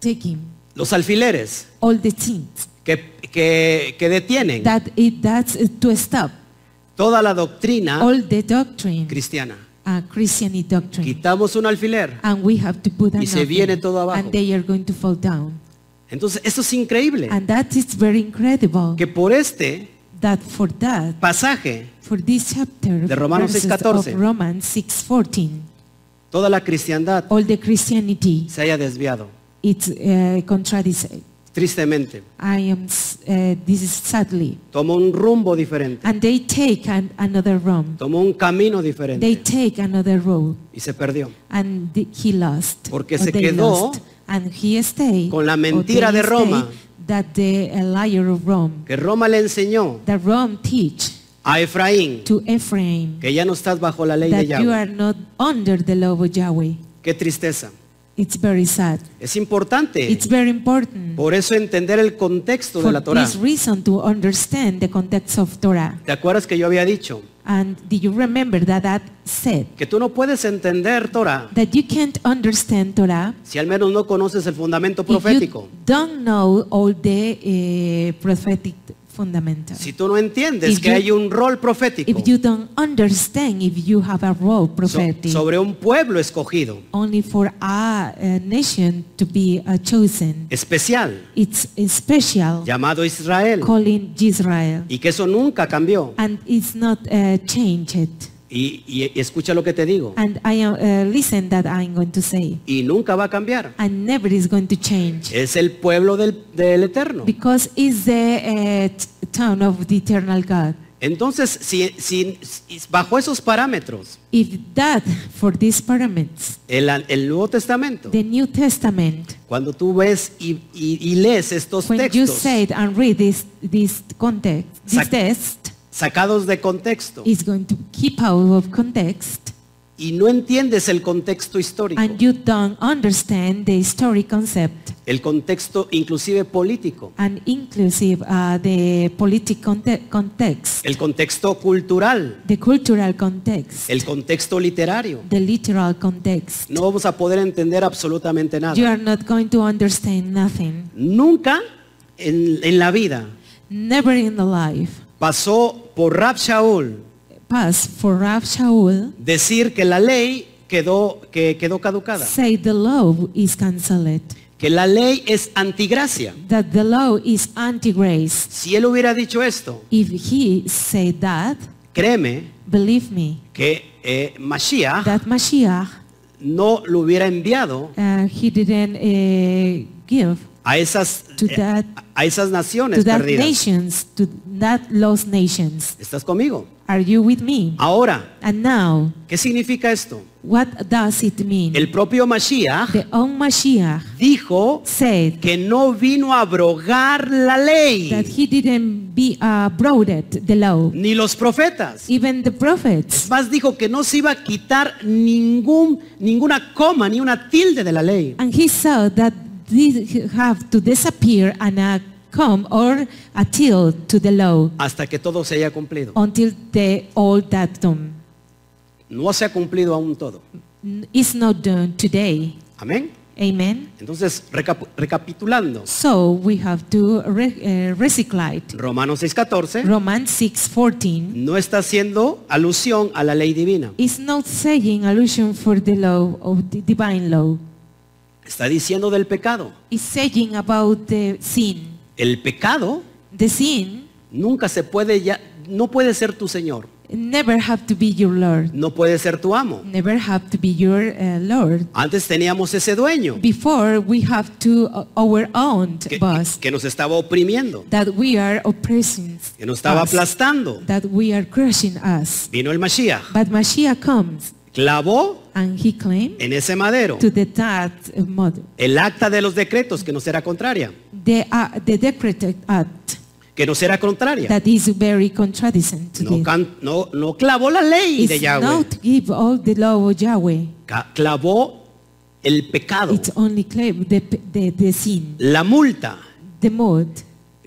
taking
los alfileres
all the things
que, que- que detienen
that it that's to stop
toda la doctrina
all the doctrine,
cristiana.
uh, Christianity doctrine,
Quitamos un alfiler.
and we have to put
Y se
another,
viene todo abajo.
and they are going to fall down.
Entonces, esto es increíble.
And that is very incredible.
Que por este
That for that,
pasaje,
for this chapter,
De Romanos
verses
6:14.
of Romans 6:14,
toda la cristiandad
all the Christianity
se haya desviado.
it's uh, contradicted.
Tristemente,
I am s- uh, this is sadly,
tomó un rumbo diferente.
and they take an, another room.
Tomó un camino
They
diferente.
take another road.
Y se perdió.
and the- he lost.
Porque
or
se
they
quedó
lost, and he stayed,
con la
or
mentira
they
de Roma.
stayed That the a liar of Rome,
Que Roma le enseñó
that Rome teach
a Efraín
to Ephraim
que ya no estás bajo la ley de
that you
Yahweh.
are not under the law of Yahweh.
Qué tristeza.
It's very sad.
Es importante
It's very important
Eh. por eso entender el contexto de
for
la Torá.
this reason to understand the context of Torah.
¿Te acuerdas que yo había dicho
And do you remember that that said
que tú no puedes entender Torá
that you can't understand Torah
si al menos no conoces el fundamento
if you
profético?
don't know all the uh, prophetic fundamentals?
Si tú no entiendes
If
que
you-
hay un rol profético
If you don't understand, if you have a role
so-
prophetic,
sobre un pueblo escogido,
only for a, a nation to be uh, chosen,
especial,
it's special,
llamado Israel,
calling Israel,
y que eso nunca cambió.
and it's not uh, changed.
Y, y- y escucha lo que te digo,
And I am uh, listen that I'm going to say,
y nunca va a cambiar.
and never is going to change
Es el pueblo del, del Eterno.
because it's the uh, t- town of the eternal God.
Entonces, si, si- si- bajo esos parámetros,
If that for these parameters,
el, el Nuevo Testamento,
the New Testament,
cuando tú ves y, y- y lees estos
when you
textos
said and read this this context, this
Sac-
text
sacados de contexto
is going to keep out of context,
y no entiendes el contexto histórico,
and you don't understand the historic concept
el contexto inclusive político,
and inclusive uh, the political conte- context,
el contexto cultural,
the cultural context,
el contexto literario,
the literal context.
no vamos a poder entender absolutamente
You
nada.
are not going to understand nothing.
Nunca en, en la vida
Never in the life
pasó por Rab Shaul
pass for Rav Shaul
decir que la ley quedó, que quedó caducada.
Say the law is cancelled.
Que la ley es antigracia.
That the law is anti-grace.
Si él hubiera dicho esto,
If he said that,
créeme
believe me,
que eh, Mashiach
that Mashiach,
no lo hubiera enviado
uh, he didn't uh, give
a esas,
To
eh,
that-
a esas naciones
to that
perdidas.
nations, to that lost nations.
¿Estás conmigo?
Are you with me?
Ahora,
And now,
¿qué significa esto?
what does it mean?
El propio Mashiach
the own Mashiach
dijo
said
que no vino a abrogar la
that
ley,
he didn't be abroaded the law.
ni los profetas.
Even the prophets.
Más dijo que no se iba a quitar ningún, ninguna coma, ni una tilde de la ley.
And he saw that these have to disappear and a come or a tilt to the law
hasta que todo se haya cumplido.
until the all that done.
No se ha cumplido aún todo.
It's not done today.
Amén.
Amen.
Entonces, recapu- recapitulando,
So we have to re, uh, recycle it.
Romanos 6:14
Romans 6:14
no está haciendo alusión a la ley divina.
is not saying allusion for the law of the divine law.
Está diciendo del pecado.
It's saying about the sin.
El pecado
The sin
nunca se puede ya, no puede ser tu Señor,
never have to be your Lord.
no puede ser tu amo.
Never have to be your uh, Lord.
Antes teníamos ese dueño
Before we have to uh, our own
que,
boss
que nos estaba oprimiendo,
that we are oppressing
que nos estaba
us,
aplastando.
that we are crushing us.
Vino el Mashiach,
But Mashiach comes
clavó
and he claimed
en ese madero
to the that model
el acta de los decretos que nos era contraria,
the uh, the decreted act
que nos era contraria.
that is very contradicent to
no,
this.
can- no, no clavó la ley de
It's
Yahweh,
not give all the law of Yahweh.
Ca- clavó el pecado,
It's only claim the, p- the the sin,
la multa,
the mode.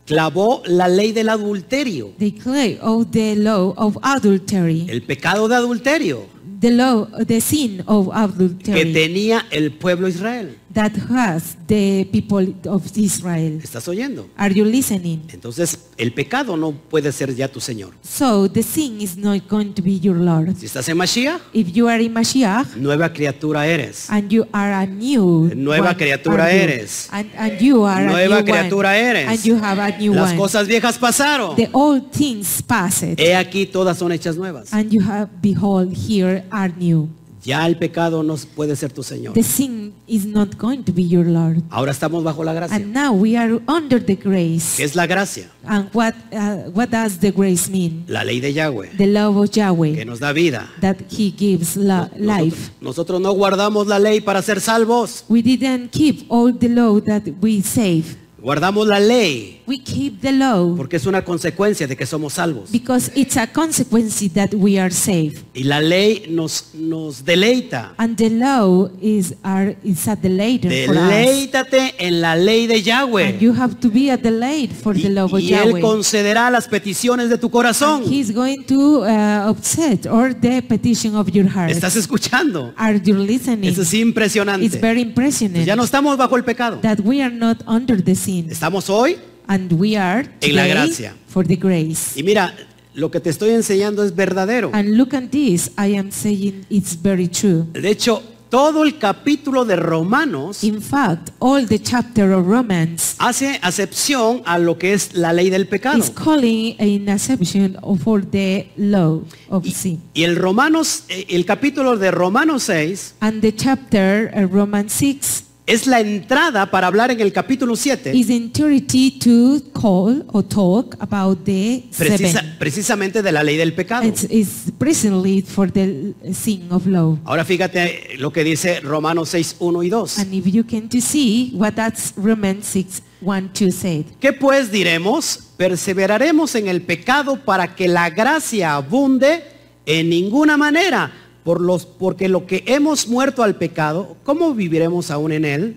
clavó la ley del adulterio,
They claim all the law of adultery,
el pecado de adulterio
the law, the sin of
que
adultery.
tenía el pueblo Israel.
that has the people of Israel.
¿Estás oyendo?
Are you listening?
Entonces el pecado no puede ser ya tu Señor.
So the sin is not going to be your Lord.
Si estás en Mashiach,
If you are in Mashiach
nueva criatura eres.
and you are a new
Nueva
one,
criatura
are you?
eres.
And, and you are
Nueva
a new
criatura
one,
eres.
And you have a new
Las
one.
cosas viejas pasaron.
The old things passed,
He aquí todas son hechas nuevas.
and you have behold here are new.
Ya el pecado no puede ser tu Señor.
The sin is not going to be your Lord.
Ahora estamos bajo la gracia.
And now we are under the grace.
¿Qué es la gracia?
And what uh, what does the grace mean?
La ley de Yahweh.
The love of Yahweh.
que nos da vida.
that he gives la- life.
Nosotros, nosotros no guardamos la ley para ser salvos.
We didn't keep all the law that we save.
Guardamos la ley
We keep the law
porque es una consecuencia de que somos salvos.
because it's a consequence that we are saved.
Y la ley nos, nos deleita.
And the law is our is a delighter for us.
Deleítate en la ley de
And
Yahweh.
you have to be a delight for
Y,
the law of
y Él
Yahweh.
concederá las peticiones de tu
And
corazón.
he's going to uh, upset or the petition of your heart.
¿Estás escuchando?
Are you listening?
Eso es
It's
impresionante.
very impressive
Ya no estamos bajo el pecado.
that we are not under the sin
Estamos hoy.
and we are
En la
today
gracia.
for the grace.
Y mira, lo que te estoy enseñando es verdadero.
And look at this, I am saying it's very true.
De hecho, todo el capítulo de Romanos
In fact, all the chapter of Romans
hace acepción a lo que es la ley del pecado.
is calling an exception for the law of
Y,
sin.
y el Romanos, eh, el capítulo de Romanos 6
And the chapter uh, Romans 6
es la entrada para hablar en el capítulo 7
is in theory to call or talk about the seven.
precisa- precisamente de la ley del pecado.
It's, it's presently for the sin of law.
Ahora fíjate lo que dice Romanos 6, 1 y 2.
And if you can to see what that's Romans 6, 1, 2 said.
¿Qué pues diremos? Perseveraremos en el pecado para que la gracia abunde en ninguna manera. Por los, porque lo que hemos muerto al pecado, ¿cómo viviremos aún en él?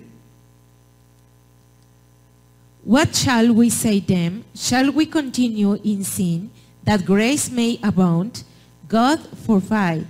What shall we say then? Shall we continue in sin that grace may abound? God forbid.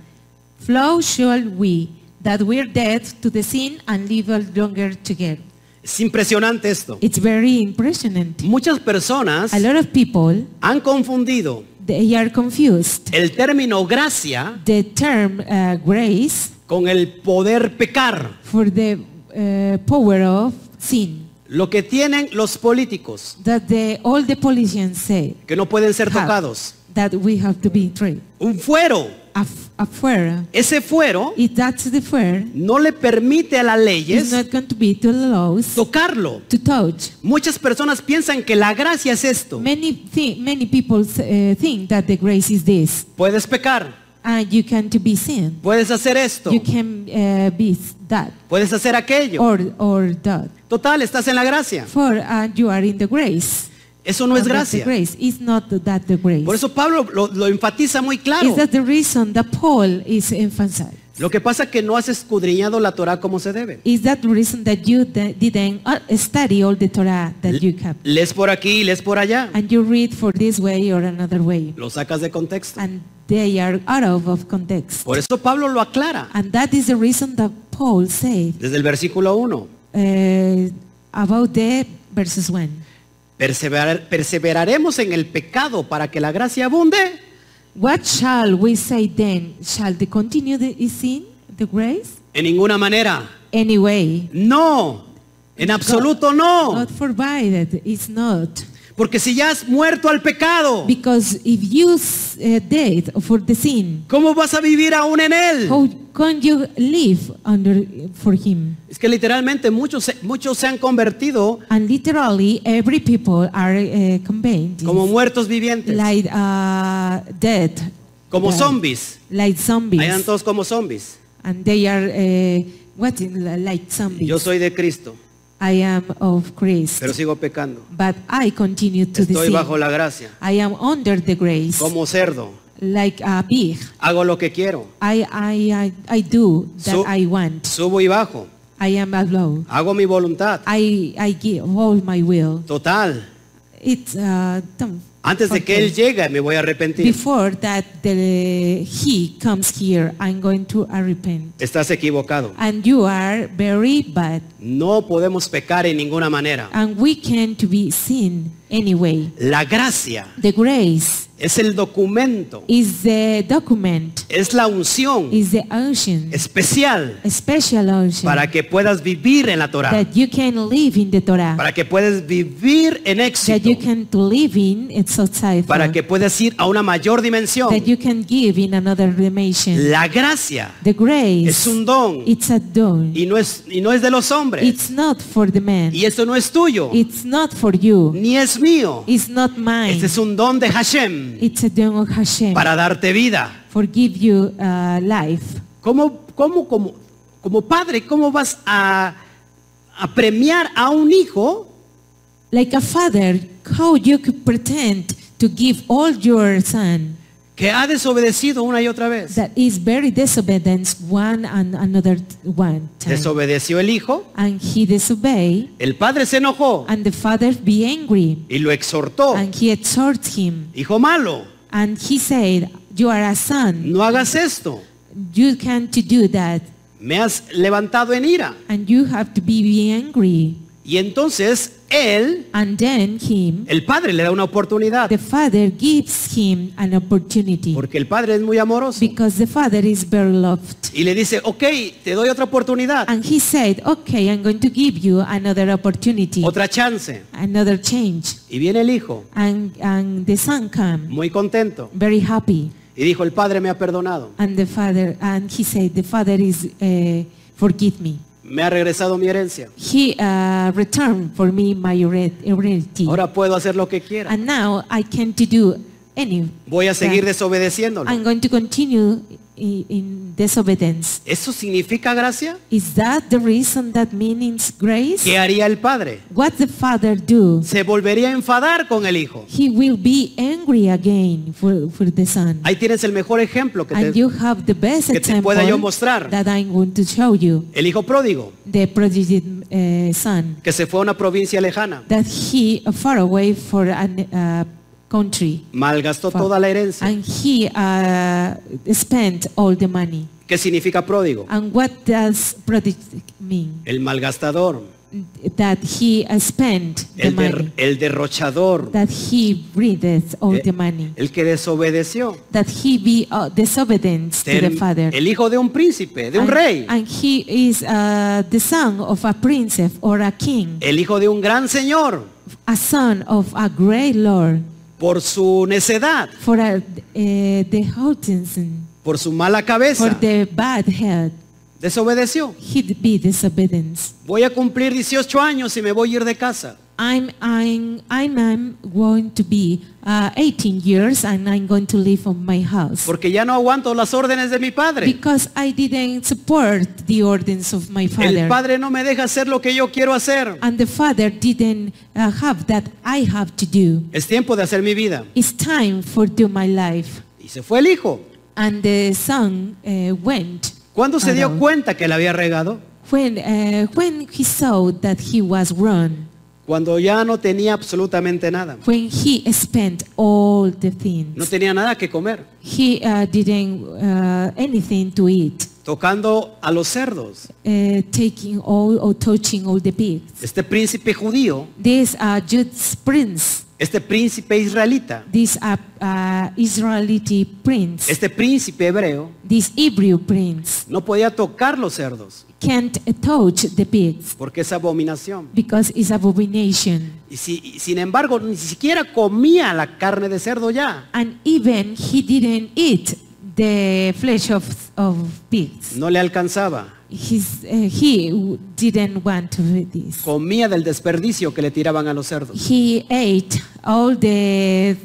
Flow shall we that we're dead to the sin and live longer together.
Es impresionante esto.
It's very impressionant.
Muchas personas
A lot of people
han confundido
They are confused.
el término gracia
The term uh, grace
con el poder pecar.
for the uh, power of sin
Lo que tienen los políticos,
that the, all the politicians say
que no pueden ser
have,
tocados.
that we have to be free.
Un fuero.
A, f- a fuera.
Ese fuero
If that's the fair,
no le permite a las
it's
leyes
not going to be too low
tocarlo.
to touch.
Muchas personas piensan que la gracia es esto.
Many, thi- many people uh, think that the grace is this,
Puedes pecar,
and you can to be sin,
puedes hacer esto,
you can uh, be s- that
puedes hacer aquello.
or or that.
Total, estás en la gracia.
For uh, you are in the grace.
Eso no es
And that's the
gracia.
grace. It's not that the grace.
Por eso Pablo lo, lo enfatiza muy claro.
Is that the reason that Paul is emphasized?
Lo que pasa es que no has escudriñado la Torah como se debe.
Is that the reason that you de- didn't uh, study all the Torah that you have?
Lees por aquí, lees por allá.
And you read for this way or another way.
Lo sacas de contexto.
And they are out of, of context.
Por eso Pablo lo aclara
And that is the reason that Paul said
desde el versículo 1.
uh, about the verses 1.
Perseverar- perseveraremos en el pecado para que la gracia abunde.
What shall we say then? Shall they continue the is sin, the grace?
En ninguna manera.
Anyway,
No. En absoluto no.
God forbid, it's not.
Porque si ya has muerto al pecado,
Because if you s- uh, dead for the sin,
¿cómo vas a vivir aún en él?
how can you live under for him?
Es que literalmente muchos, se- muchos se han convertido
And literally, every people are uh, conveyed
como muertos vivientes,
like uh, dead,
como
Like-
zombies.
like zombies,
Ahí andan todos como zombies.
and they are uh, what in, like zombies.
Yo soy de Cristo,
I am of Christ,
pero sigo pecando.
but I continue to the
Estoy
sin.
bajo la gracia,
I am under the grace,
como cerdo.
like a pig.
Hago lo que quiero.
I I I, I do that
Su-
I want.
Subo y bajo.
I am above.
Hago mi voluntad.
I, I give all my will.
Total.
It's uh, done.
Antes de que
Okay.
Él llegue, me voy a arrepentir.
Before that the, he comes here, I'm going to uh, repent.
Estás equivocado.
And you are very bad.
No podemos pecar en ninguna manera.
And we can to be seen anyway.
La gracia
The grace
es el documento,
is the document,
es la unción
is the ocean,
especial
a special ocean
para que puedas vivir en la Torah,
that you can live in the Torah,
para que puedas vivir en
that you
éxito,
can to live in its society,
para que puedas ir a una mayor dimensión.
that you can give in another dimension.
La gracia
The grace
es un don
It's a don.
y no es, y no es de los hombres.
It's not for the man.
Y eso no es tuyo,
It's not for you.
ni es mío.
It's not mine.
Este es un don de Hashem
It's a don of Hashem.
para darte vida.
Forgive you uh, life.
¿Cómo, cómo, cómo- como padre, cómo vas a, a premiar a un hijo
Like a father, how you could pretend to give all your son
que ha desobedecido una y otra vez?
that is very disobedience one and another t- one time.
Desobedeció el hijo,
and he disobey,
el padre se enojó
and the father be angry,
y lo exhortó.
and he exhorts him,
Hijo malo,
and he said, "You are a son.
no hagas esto.
You can't do that."
Me has levantado en ira.
and you have to be, be angry
Y entonces él,
and then him
el padre le da una oportunidad.
the father gives him an opportunity
Porque el padre es muy amoroso.
because the father is very loved
Y le dice, ok, te doy otra oportunidad,
and he said okay i'm going to give you another opportunity
otra chance.
another change
Y viene el hijo,
and and the son come
muy contento.
very happy
Y dijo, el padre me ha perdonado.
and the father and he said the father is uh, forgive me
Me ha regresado mi herencia.
he uh, returned for me my hered- heredity
Ahora puedo hacer lo que quiera.
and now i can't do any
Voy a seguir
that. I'm
desobedeciéndolo.
going to continue in, in disobedience.
¿Eso significa gracia?
Is that the reason that means grace?
¿Qué haría el padre?
What the father do?
Se volvería a enfadar con el hijo.
He will be angry again for, for the son.
Ahí tienes el mejor ejemplo que te-
And you have the best
que te
example
pueda yo mostrar.
that I'm going to show you.
el hijo pródigo,
The prodigy uh, son
que se fue a una provincia lejana,
that he uh, far away for a uh, country.
malgastó
Far.
toda la herencia.
And he uh, spent all the money. Ah.
¿Qué significa pródigo?
And what does prodigy mean?
El malgastador,
that he uh, spent the
el, der-
money,
el derrochador,
that he breathed all
eh,
the money,
el que desobedeció.
that he be uh, disobedient to the
Ter-
father.
el hijo de un príncipe, de un
and,
rey,
and he is uh, the son of a princess or a king,
el hijo de un gran señor,
a son of a great lord,
por su necedad,
for a, uh, the Hutchinson,
por su mala
for
cabeza,
the bad head,
desobedeció.
he'd be disobedient.
Voy a cumplir 18 años y me voy a ir de casa.
I'm, I'm, I'm, I'm going to be uh, 18 years and I'm going to live on my house.
Porque ya no aguanto las órdenes de mi padre.
Because I didn't support the ordinance of my
El
father.
padre no me deja hacer lo que yo quiero hacer.
And the father didn't uh, have that I have to do.
Es tiempo de hacer mi vida.
It's time for do my life.
Y se fue el hijo.
And the son uh, went.
¿Cuándo se dio
around.
cuenta que la había regado?
When, uh, when he saw that he was wrong,
Cuando ya no tenía absolutamente nada.
when he spent all the things,
No tenía nada que comer.
he uh, didn't uh, anything to eat.
Tocando a los cerdos.
uh, taking all or touching all the pigs.
Este príncipe judío,
These are Jude's prince.
este príncipe israelita,
These are uh, Israelite prince.
este príncipe hebreo,
This Hebrew prince
no podía tocar los cerdos
can't uh, touch the pigs
porque es abominación.
because it's abomination.
Y, si- y sin embargo, ni siquiera comía la carne de cerdo ya.
And even he didn't eat the flesh of, of pigs.
No le alcanzaba.
He's, uh, he w- didn't want to eat this.
Comía del desperdicio que le tiraban a los cerdos.
He ate all the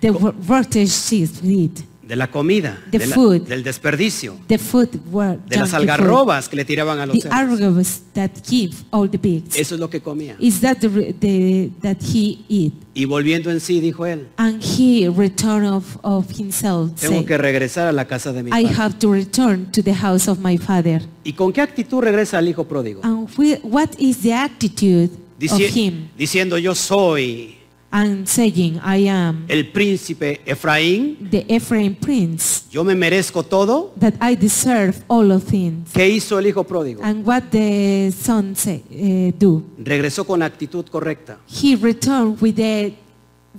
the wo- rotten cheese meat.
De la comida,
The
de la-
food.
del desperdicio,
The food were
de las
junky food.
algarrobas que le tiraban a los
The
cerdos.
algarrobas that give all the pigs.
Eso es lo que comía.
Is that the, re- the that he eat?
Y volviendo en sí, dijo él,
And he return of, of himself.
tengo
say,
que regresar a la casa de mi
I
padre.
have to return to the house of my father.
¿Y con qué actitud regresa al hijo pródigo?
And we, what is the attitude
Dici-
of him?
diciendo, yo soy
And saying, I am
el príncipe Efraín,
the Ephraim prince,
yo me merezco todo.
that I deserve all of things.
¿Qué hizo el hijo pródigo?
And what the son say, eh, do?
Regresó con la actitud correcta,
He returned with a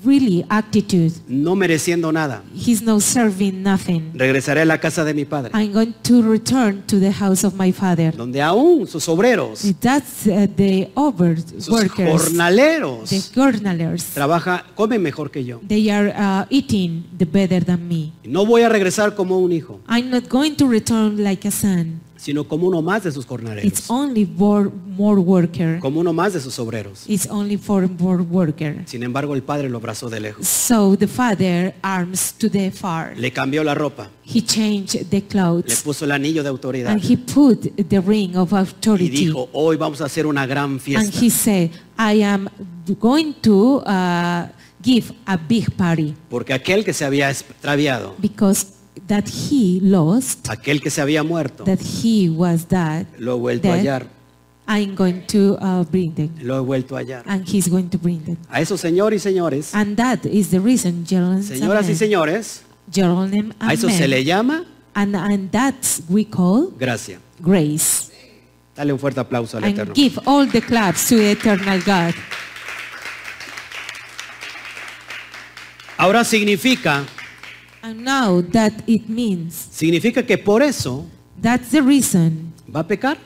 really attitude.
no mereciendo nada.
He's not serving nothing.
Regresaré a la casa de mi padre,
I'm going to return to the house of my father.
donde aún sus obreros,
That's uh, the over
sus
workers, the
jornaleros,
journalers.
trabaja, comen mejor que yo.
They are uh, eating the better than me.
No voy a regresar como un hijo,
I'm not going to return like a son.
sino como uno más de sus
It's
jornaleros,
only for more worker.
como uno más de sus obreros.
It's only for more worker.
Sin embargo, el padre lo abrazó de lejos,
So the father arms to the far.
le cambió la ropa,
He changed the
le
clothes
puso el anillo de autoridad
and he put the ring of
y
authority.
dijo, hoy vamos a hacer una gran
And
fiesta.
he said, I am going to uh, give a big party
Porque aquel que se había extraviado,
because that he lost,
aquel que se había muerto,
that he was dead,
lo he vuelto a
dead,
hallar,
I'm going to uh, bring them.
lo he vuelto a hallar.
And he's going to bring them.
A esos señores y señores,
And that is the reason Jerusalem
señoras y señores,
Jerusalem
a eso se le llama
and, and that we call
gracia.
grace.
Dale un fuerte aplauso al
And
Eterno.
give all the claps to the eternal God.
Ahora significa,
And now that it means
significa que por eso
that's the reason
va a pecar,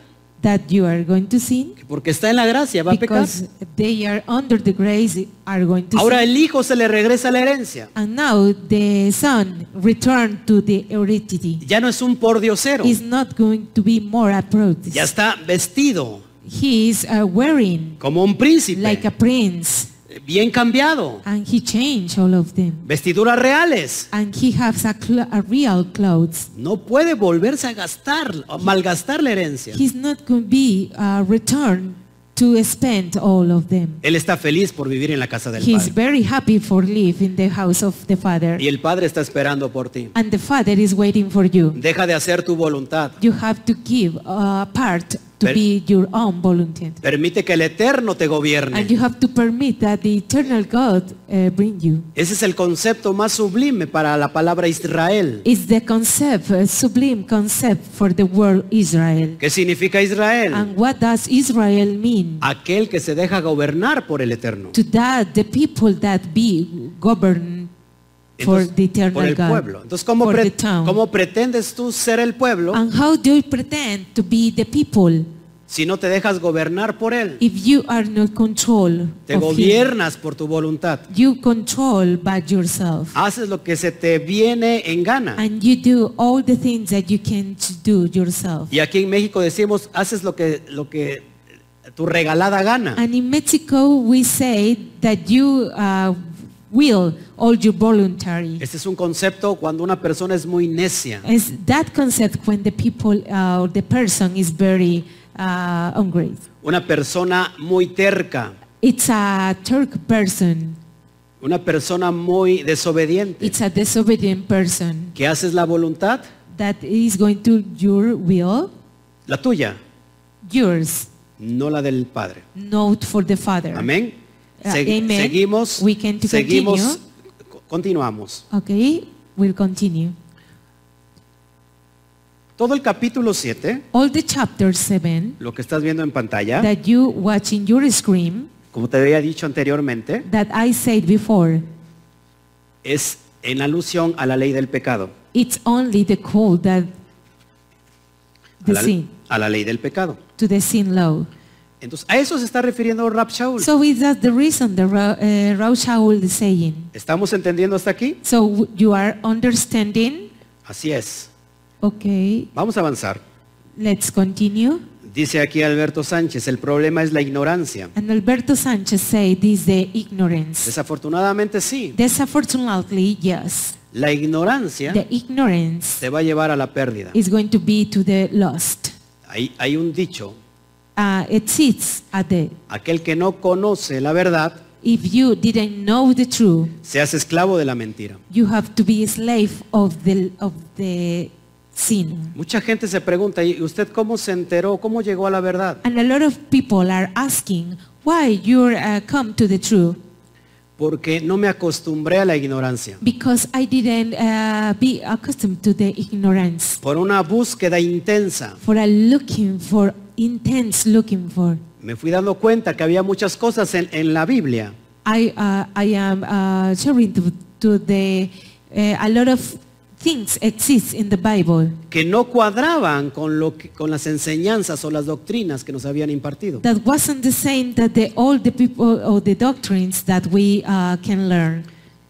that you are going to sin
que porque está en la gracia, va a pecar.
because they are under the grace are going to
Ahora
sin.
el hijo se le regresa la herencia.
and now the son returned to the heredity
Ya no es un pordiosero,
is not going to be more approached
ya está vestido
he is uh, wearing
como un
like
príncipe,
a prince
bien cambiado,
and he changed all of them
vestiduras reales.
and he has a, cl- a real clothes
No puede volverse a gastar, a malgastar la herencia.
he's not going to be uh, returned to spend all of them
Él está feliz por vivir en la casa del
he's
Padre.
very happy for live in the house of the father
Y el Padre está esperando por ti.
and the father is waiting for you
Deja de hacer tu voluntad.
you have to give a part to
Per-
be your own volunteer.
Permite que el Eterno te
And
gobierne.
you have to permit that the eternal God uh, bring you.
Ese es el concepto más sublime para la palabra Israel.
It's the concept, a sublime concept for the world Israel.
¿Qué significa Israel?
And what does Israel mean?
Aquel que se deja gobernar por el Eterno.
To that, the people that be governed for
Entonces,
the eternal
por el
God,
pueblo. Entonces, ¿cómo,
for
pre-
the town. Ah.
¿cómo pretendes tú ser el pueblo
And how do you pretend to be the people
si no te dejas gobernar por él?
if you are not controlled?
Te
of him?
gobiernas por tu voluntad.
You control by yourself.
Haces lo que se te viene en gana.
And you do all the things that you can to do yourself.
Y aquí en México decimos, haces lo que, lo que tu regalada gana.
And in Mexico, we say that you uh, will all you voluntary.
Este es un concepto cuando una persona es muy necia.
It's that concept when the people uh, or the person is very uh, ungrateful.
Una persona muy terca.
It's a Turk person.
Una persona muy desobediente.
It's a disobedient person
Que haces la voluntad,
that is going to your will,
la tuya,
yours,
no la del Padre.
not for the Father.
Amén.
Ah,
Segui-
amen.
Seguimos.
We can to
seguimos. co- Continuamos.
Okay, we'll continue.
Todo el capítulo 7,
All the chapter 7
lo que estás viendo en pantalla,
that you watch in your screen
como te había dicho anteriormente,
that I said before,
es en alusión a la ley del pecado.
it's only the call that
A
the
la,
sin,
a la ley del pecado.
to the sin law.
Entonces, a eso se está refiriendo Rab Shaul.
So is that the reason the Ra- uh, Rav Shaul is saying?
¿Estamos entendiendo hasta aquí?
So w- you are understanding?
Así es.
Okay,
Vamos a avanzar.
let's continue.
Dice aquí Alberto Sánchez, el problema es la ignorancia.
And Alberto Sanchez said this the ignorance.
Desafortunadamente sí.
Desafortunately, yes.
La ignorancia
The ignorance
te va a llevar a la pérdida.
is going to be to the lost.
Hay, hay un dicho,
Uh, it sits at the
aquel que no conoce la verdad
if you didn't know the truth,
se hace esclavo de la mentira.
you have to be a slave of the of the sin.
Mucha gente se pregunta, ¿y usted cómo se enteró? ¿Cómo llegó a la verdad?
And a lot of people are asking why you uh, come to the truth
Porque no me acostumbré a la ignorancia.
because I didn't uh, be accustomed to the ignorance
Por una búsqueda intensa,
for a looking for intense looking for.
me fui dando cuenta que había muchas cosas en, en la Biblia
I uh, I am uh, sharing to, to the uh, a lot of things exist in the Bible
que no cuadraban con, lo que- con las enseñanzas o las doctrinas que nos habían impartido.
that wasn't the same that the all the people or the doctrines that we uh, can learn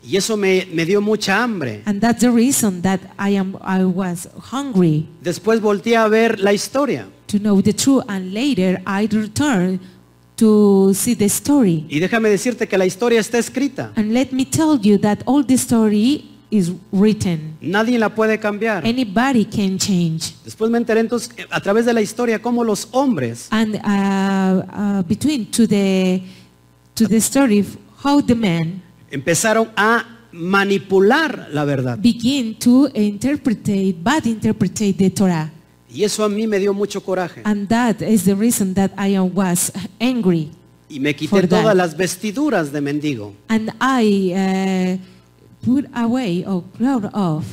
Y eso me, me dio mucha hambre.
and that's the reason that I am I was hungry
Después volteé a ver la historia
to know the truth and later I returned to see the story
y déjame decirte que la historia está escrita.
and let me tell you that all the story is written
Nadie la puede cambiar.
anybody can change
Después me enteré entonces que a través de la historia cómo los hombres
and uh, uh, between to the to the story of how the men
empezaron a manipular la verdad.
begin to interpretate but interpretate the Torah
Y eso a mí me dio mucho coraje.
And that is the reason that I was angry.
Y me quité
For that.
todas las vestiduras de mendigo.
And I uh, put away or clear off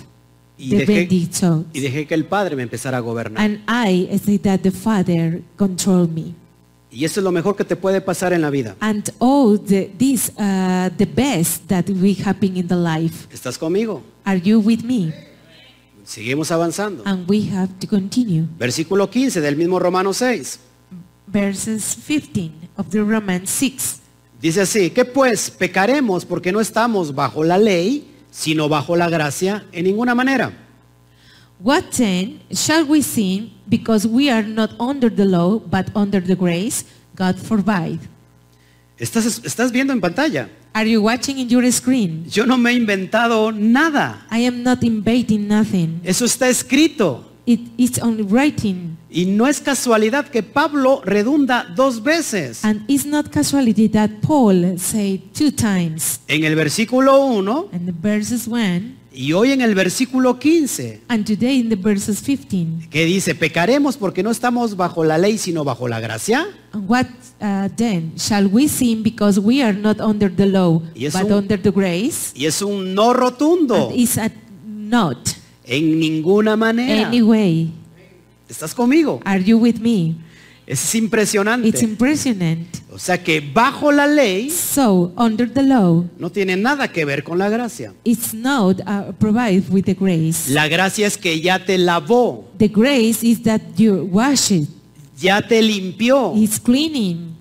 Y
the
dejé,
bandit soul.
y dejé que el Padre me empezara a gobernar.
And I say that the Father controlled me.
Y eso es lo mejor que te puede pasar en la vida.
And all the, this, uh, the best that we happen in the life.
¿Estás conmigo?
Are you with me?
Seguimos avanzando.
And we have to continue.
Versículo 15 del mismo Romano 6.
Verses 15 of the Romans 6.
Dice así, que pues pecaremos porque no estamos bajo la ley, sino bajo la gracia en ninguna manera.
What then shall we sin because we are not under the law but under the grace? God forbid.
Estás, estás viendo en pantalla.
Are you watching in your screen?
Yo no me he inventado nada.
I am not invading nothing.
Eso está escrito.
It, it's only writing.
Y no es casualidad que Pablo redunda dos veces.
And it's not casualty that Paul said two times
En el versículo 1
in the verses 1
Y hoy en el versículo 15,
And today in the verses 15,
que dice, pecaremos porque no estamos bajo la ley, sino bajo la gracia.
"And what uh, then shall we sin because we are not under the law,
Y es
but
un-
under the grace?
Y es un no rotundo,
And is a not
en ninguna manera.
anyway.
¿Estás conmigo?
Are you with me?
Es
It's
impresionante.
impressionant.
O sea que bajo la ley
So under the law,
no tiene nada que ver con la gracia.
it's not uh, provided with the grace.
La gracia es que ya te lavó,
The grace is that you wash it.
ya te limpió.
It's cleaning.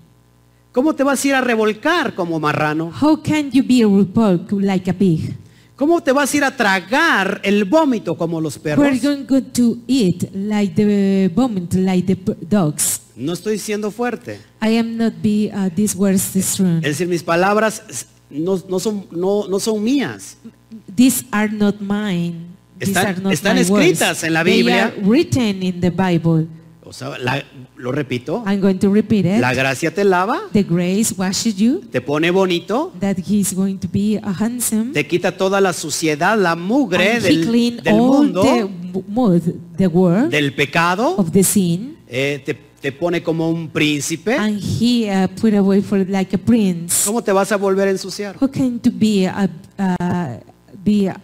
¿Cómo te vas a ir a revolcar como marrano?
How can you be a repulk like a pig?
¿Cómo te vas a ir a tragar el vómito como los
We're
perros?
going go to eat like the vomit, like the p- dogs.
No estoy siendo fuerte.
I am not be uh, these words
Es
destroyed.
decir, mis palabras s- no, no son, no, no son mías.
These are not mine. These
Están-
are not
están
my words.
escritas en la
They
Biblia.
are written in the Bible.
O sea, la- lo repito,
I'm going to repeat it.
la gracia te lava,
The grace washes you,
te pone bonito,
that he is going to be a handsome.
te quita toda la suciedad, la mugre
and he
del,
clean
del
all
mundo,
the w- mud, the world
del pecado,
of the sin,
eh, te, te pone como un príncipe.
and he uh, put away for like a
¿Eh?
prince.
¿Cómo te vas a volver a ensuciar?
How can to be a, a be a,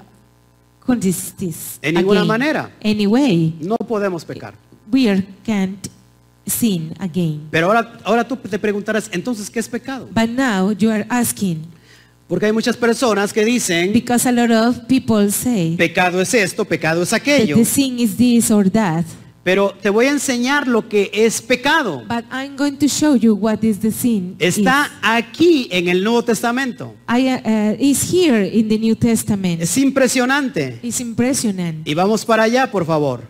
consistis
En ninguna
again?
manera.
Anyway,
No podemos pecar.
we are can't sin again.
Pero ahora, ahora tú te preguntarás, entonces, ¿qué es pecado?
But now you are asking
Porque hay muchas personas que dicen,
because a lot of people say
pecado es esto, pecado es
that
aquello.
the sin is this or that.
Pero te voy a enseñar lo que es pecado.
But I'm going to show you what is the sin. is.
Está aquí en el Nuevo Testamento.
I, uh, is here in the New Testament.
Es impresionante.
It's impressionant.
Y vamos para allá, por favor.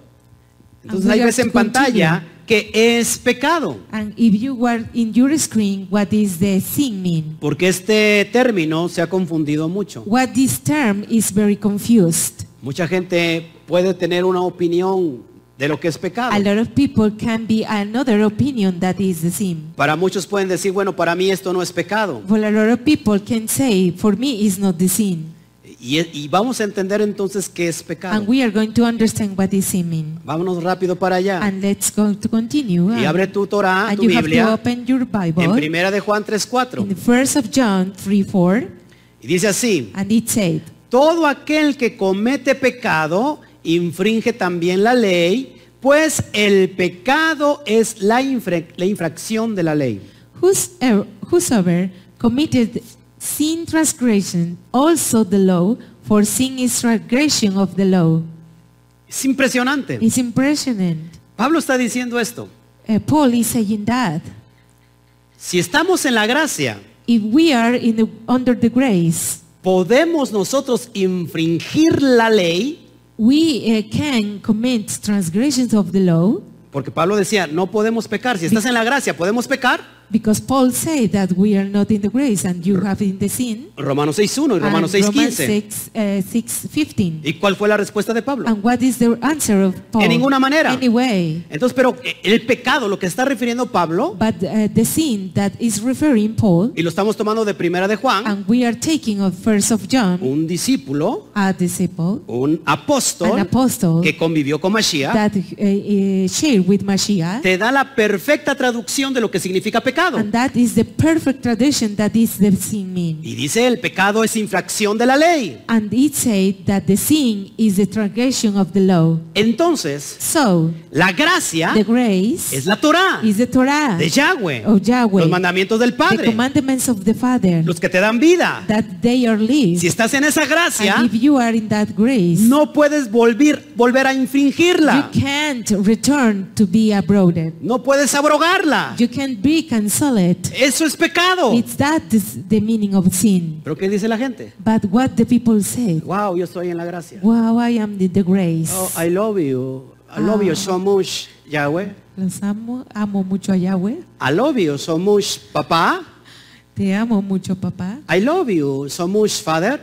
Entonces
And we
ahí
are
ves
to
en pantalla que es pecado.
And if you were in your screen, what is the sin mean?
Porque este término se ha confundido mucho.
What this term is very confused.
Mucha gente puede tener una opinión de lo que es pecado.
A lot of people can be another opinion that is the sin.
Para muchos pueden decir, bueno, para mí esto no es pecado.
Well, a lot of people can say, for me, it's not the sin.
Y, y vamos a entender entonces qué es pecado.
And we are going to understand what is sin mean.
Vámonos rápido para allá.
And let's go to continue.
Y abre tu Torah,
and
tu
you have to
Biblia,
open your
en
Bible in
primera de Juan 3.4.
the first of John 3, 4,
Y dice así,
and it said,
todo aquel que comete pecado infringe también la ley, pues el pecado es la, infra- la infracción de la ley.
Whosoever, whosoever committed sin transgression, also the law, for sin is transgression of the law.
Es impresionante.
It's impressionant.
Pablo está diciendo esto.
Uh, Paul is saying that
Si estamos en la gracia,
if we are in the, under the grace,
podemos nosotros infringir la ley,
we uh, can commit transgressions of the law
porque Pablo decía, no podemos pecar. Si estás en la gracia, ¿podemos pecar?
because Paul said that we are not in the grace and you have in the sin.
Romanos 6.1 y Romanos
And Romans
6.15.
6, uh, 6, 15.
¿Y cuál fue la respuesta de Pablo?
And what is the answer of Paul?
En ninguna manera.
Anyway.
Entonces, pero eh, el pecado, lo que está refiriendo Pablo,
But uh, the sin that is referring Paul,
y lo estamos tomando de primera de Juan,
and we are taking of first of John,
un discípulo,
a disciple,
un
an
apóstol
apostle
que convivió con Mashiach,
that uh, uh, shared with Mashiach,
te da la perfecta traducción de lo que significa pecado.
and that is the perfect tradition that is the sin mean.
Y dice, el pecado es infracción de la ley.
And it said that the sin is the transgression of the law.
Entonces,
So
la gracia
the
es
grace
la Torá
is the Torah,
de Yahweh,
Of Yahweh.
los mandamientos del
the
Padre,
commandments of the Father,
los que te dan vida.
that they are lived.
Si estás en esa gracia,
And if you are in that grace,
no puedes volver, volver a infringirla,
You can't return to be abroad.
no puedes abrogarla.
You can't be cancelled.
Eso es pecado.
It's that is the meaning of sin.
Pero ¿qué dice la gente?
But what the people say,
Wow, yo estoy en la gracia.
wow, I am in the grace.
Oh, I love you. I love you so much, Yahweh.
Los amo, amo mucho a Yahweh.
I love you so much, papá.
Te amo mucho, papá.
I love you so much, father.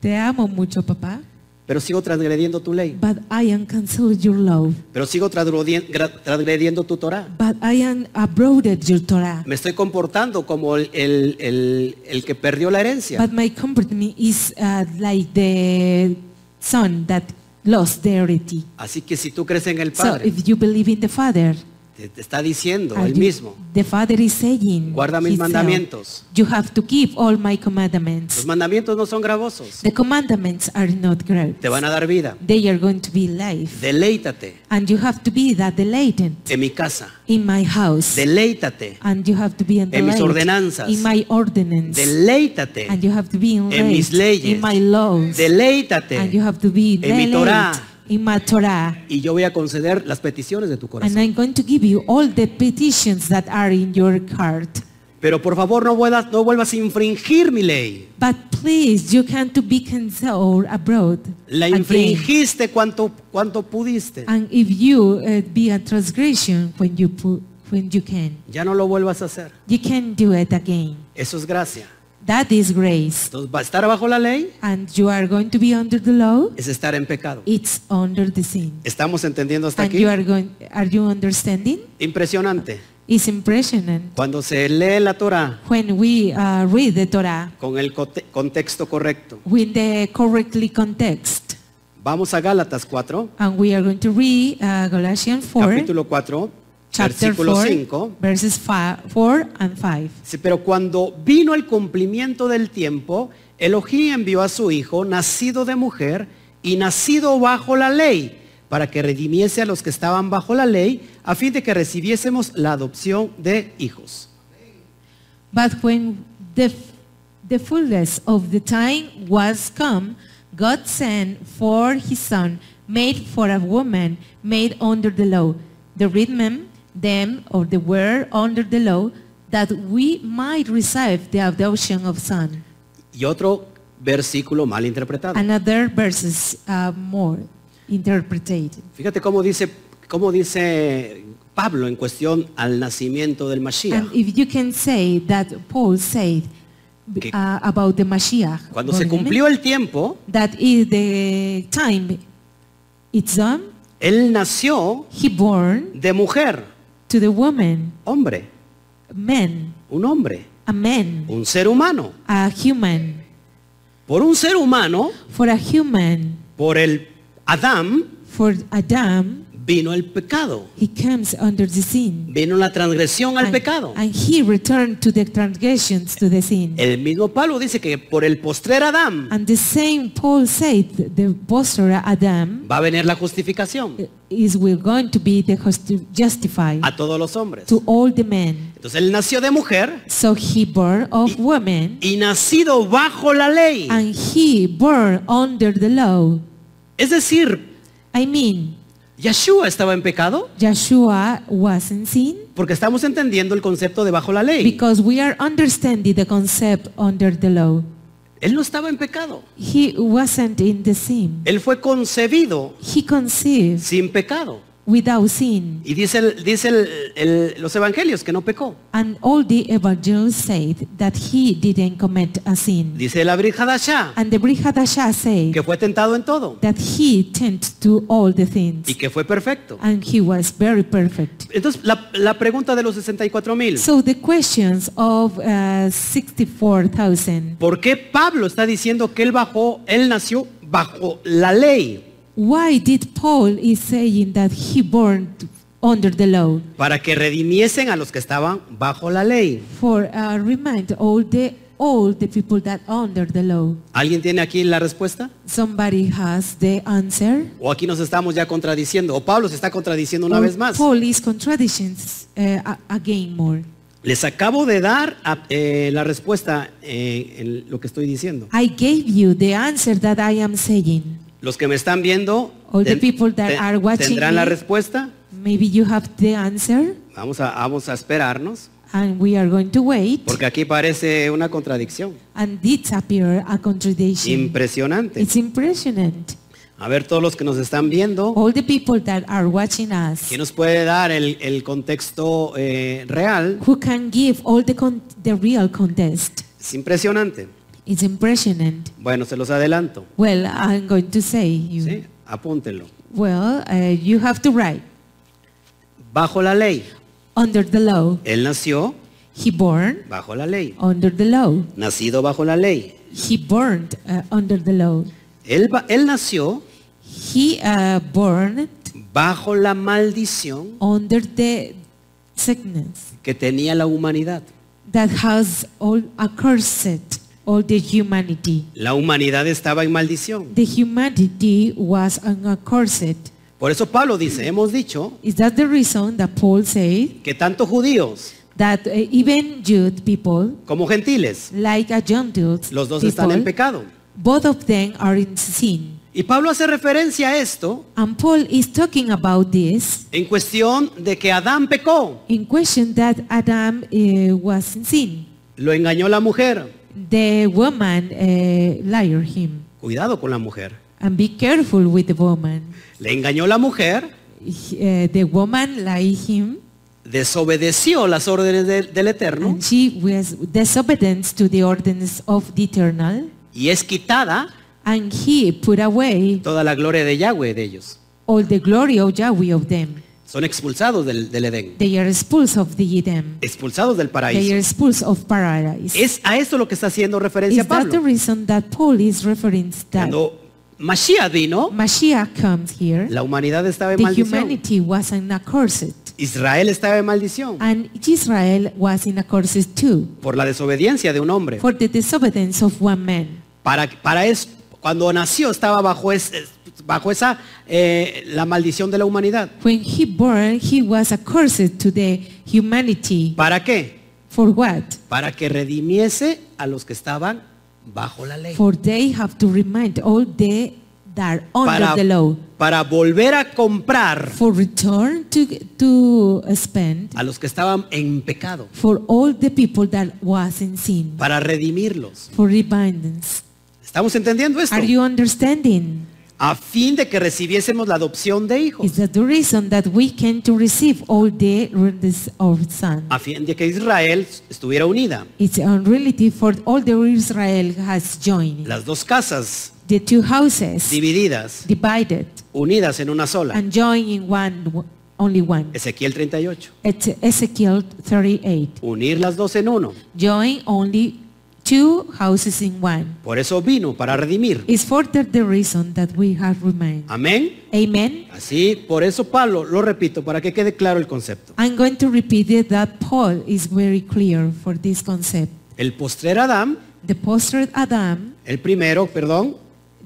Te amo mucho, papá.
Pero sigo transgrediendo tu ley.
But I am cancelled your love.
Pero sigo transgredien- gra- transgrediendo tu Torah.
But I am abroaded your Torah.
Me estoy comportando como el, el- el- el que perdió la herencia.
But my comportment is uh, like the son that lost their heredity.
Así que si tú crees en el
So
Padre,
if you believe in the Father,
te, te está diciendo
are
él
you-
mismo.
the Father is saying,
Guarda mis
himself,
mandamientos.
You have to keep all my commandments.
Los mandamientos no son gravosos.
The commandments are not great.
Te van a dar vida.
They are going to be life.
Deleítate
And you have to be that delighted
en mi casa.
in my house.
Deleítate.
and you have to be in
En mis
delight
ordenanzas.
In my ordinance.
Deleítate
and you have to be in,
en mis
right,
leyes.
In my laws. And you
Deleítate.
have to be
en mi
delight
Torah.
In my Torah.
Y yo voy a conceder las peticiones de tu
And
corazón.
I'm going to give you all the petitions that are in your heart.
Pero por favor no vuelvas, no vuelvas a infringir mi ley.
But please, you can't to be cancelled abroad.
La
again.
infringiste cuanto, cuanto pudiste.
And if you uh, be a transgression when you pu- when you can,
Ya no lo vuelvas a hacer.
you can do it again.
Eso es gracia.
That is grace.
Entonces, va a estar bajo la ley
And you are going to be under the law.
es estar en pecado.
It's under the sin.
¿Estamos entendiendo hasta
And
aquí?
you are going. Are you understanding?
Impresionante.
It's impressionant
Cuando se lee la Torah
when we uh, read the Torah
con el conte- contexto correcto.
with the correctly context,
Vamos a Gálatas 4,
and we are going to read uh, Galatians 4,
capítulo 4,
chapter
versículo
4,
5.
verses fi- 4 and 5.
Sí, Pero cuando vino el cumplimiento del tiempo, Elohim envió a su hijo, nacido de mujer y nacido bajo la ley, para que redimiese a los que estaban bajo la ley, a fin de que recibiésemos la adopción de hijos.
But when the, the fullness of the time was come, God sent for his son, made for a woman, made under the law, the rhythm, them, or the word under the law, that we might receive the adoption of son.
Y otro versículo mal interpretado.
Another verses uh, more interpreted.
Fíjate cómo dice, cómo dice Pablo en cuestión al nacimiento del Mashiach.
And if you can say that Paul said
Que-
uh, about the Mashiach.
Cuando se
government,
cumplió el tiempo,
that is the time it's done
él nació
he born
de mujer,
to the woman
hombre,
man
un hombre,
a man
un ser humano.
a human
Por un ser humano,
for a human
por el Adán,
for adam
vino el pecado,
he comes under the sin
vino la transgresión al
and,
pecado.
and he returned to the transgressions to the sin
El mismo Pablo dice que por el postrer Adán
and the same paul said the poster adam
va a venir la justificación
is we're going to be the justi- justified
a todos los hombres.
to all the men
Entonces él nació de mujer
so he born of woman
y nacido bajo la ley.
and he born under the law.
Es decir,
I mean,
Yeshua estaba en pecado
Joshua was in sin
porque estamos entendiendo el concepto de bajo la ley.
because we are understanding the concept under the law.
Él no estaba en pecado.
He wasn't in the sin.
Él fue concebido
He conceived
sin pecado.
without sin.
Y dice, el- dice el- el- los evangelios que no pecó.
And all the evangelists said that he didn't commit a sin.
Dice la Brihadashá
And the Brihadasha
que
said
fue tentado en todo
that he tended to all the
y
things.
que fue perfecto.
And he was very perfect.
Entonces, la, la pregunta de los 64 mil.
So the questions of uh, 64,000
¿Por qué Pablo está diciendo que él bajó, él nació bajo la ley
Why did Paul is saying that he born under the law?
para que redimiesen a los que estaban bajo la ley?
For uh, remind all the all the people that under the law.
¿Alguien tiene aquí la respuesta?
Somebody has the answer.
O aquí nos estamos ya contradiciendo, o Pablo se está contradiciendo una
Or
vez más.
Paul is contradictions uh, a- again more.
Les acabo de dar a- eh, la respuesta eh, en lo que estoy diciendo.
I gave you the answer that I am saying.
Los que me están viendo
All the
ten-
people that
ten-
are watching
tendrán la
me.
respuesta.
Maybe you have the answer,
Vamos a, vamos a esperarnos,
and we are going to wait.
porque aquí parece una contradicción
And it appear a contradiction.
impresionante.
It's impressionant.
A ver todos los que nos están viendo,
All the people that are watching us.
¿quién nos puede dar el, el contexto eh, real?
who can give all the, con- the real contest.
Es impresionante.
It's impressionant.
Bueno, se los adelanto.
Well, I'm going to say you.
¿sí? Apúntenlo.
Well, uh, you have to write
Bajo la ley.
under the law.
Él nació
He born
bajo la ley.
under the law.
Nacido bajo la ley.
He burned uh, under the law.
Él, va- él nació
He uh, born
bajo la maldición
under the sickness
que tenía la humanidad.
that has all accursed all the humanity.
La humanidad estaba en maldición.
The humanity was an accursed.
Por eso Pablo dice, hemos dicho
Is that the reason that Paul said
que tanto judíos
that uh, even Jude people,
como gentiles,
like a Gentiles,
los dos
people,
están en pecado.
both of them are in sin.
Y Pablo hace referencia a esto
And Paul is talking about this
en cuestión de que Adán pecó,
in question that Adam uh, was in sin.
lo engañó la mujer.
The woman uh, liar him.
Cuidado con la mujer.
And be careful with the woman.
Le engañó la mujer,
He- uh, the woman lied him
desobedeció las órdenes de- del Eterno
and she was disobedient to the ordinance of the eternal
y es quitada
and he put away
toda la gloria de Yahweh de ellos.
all the glory of Yahweh of them.
Son expulsados del, del Edén,
They are expulsed of the Eden.
expulsados del
They are
paraíso.
expulsed of paradise.
Es a esto lo que está haciendo referencia
Is that the
Pablo.
reason that Paul is referring to that?
Cuando Mashiach vino,
Mashiach comes here.
la humanidad estaba en
Mm-hmm. The
maldición.
humanity Ah. was in a corset.
Israel estaba en maldición
And Israel was in a corset too.
por la desobediencia de un hombre.
For the disobedience of one man.
Para, para es, cuando nació estaba bajo, es- es- bajo esa eh, la maldición de la humanidad.
When he born, he was a corset to the humanity.
¿Para qué?
For what?
Para que redimiese a los que estaban bajo la ley.
For they have to remind all the that are under
Para,
the law.
para volver a comprar
For return to, to spend
a los que estaban en pecado.
for all the people that was in sin.
Para redimirlos.
For repentance.
¿Estamos entendiendo esto?
Are you understanding?
A fin de que recibiésemos la adopción de hijos.
Is that the reason that we came to receive all the rulers of son?
A fin de que Israel estuviera unida.
It's a relative for all the Israel has joined.
Las dos casas
The two houses
divididas,
divided
unidas en una sola.
and joined in one, only one.
Ezequiel 38.
It's Ezekiel 38.
Unir las dos en uno.
Join only two houses in one.
Por eso vino, para redimir.
It's further the reason that we have remained.
Amén.
Amen.
Así, por eso Pablo, lo repito, para que quede claro el concepto.
I'm going to repeat it that Paul is very clear for this concept.
El postrer Adán,
The poster Adam,
el primero, perdón,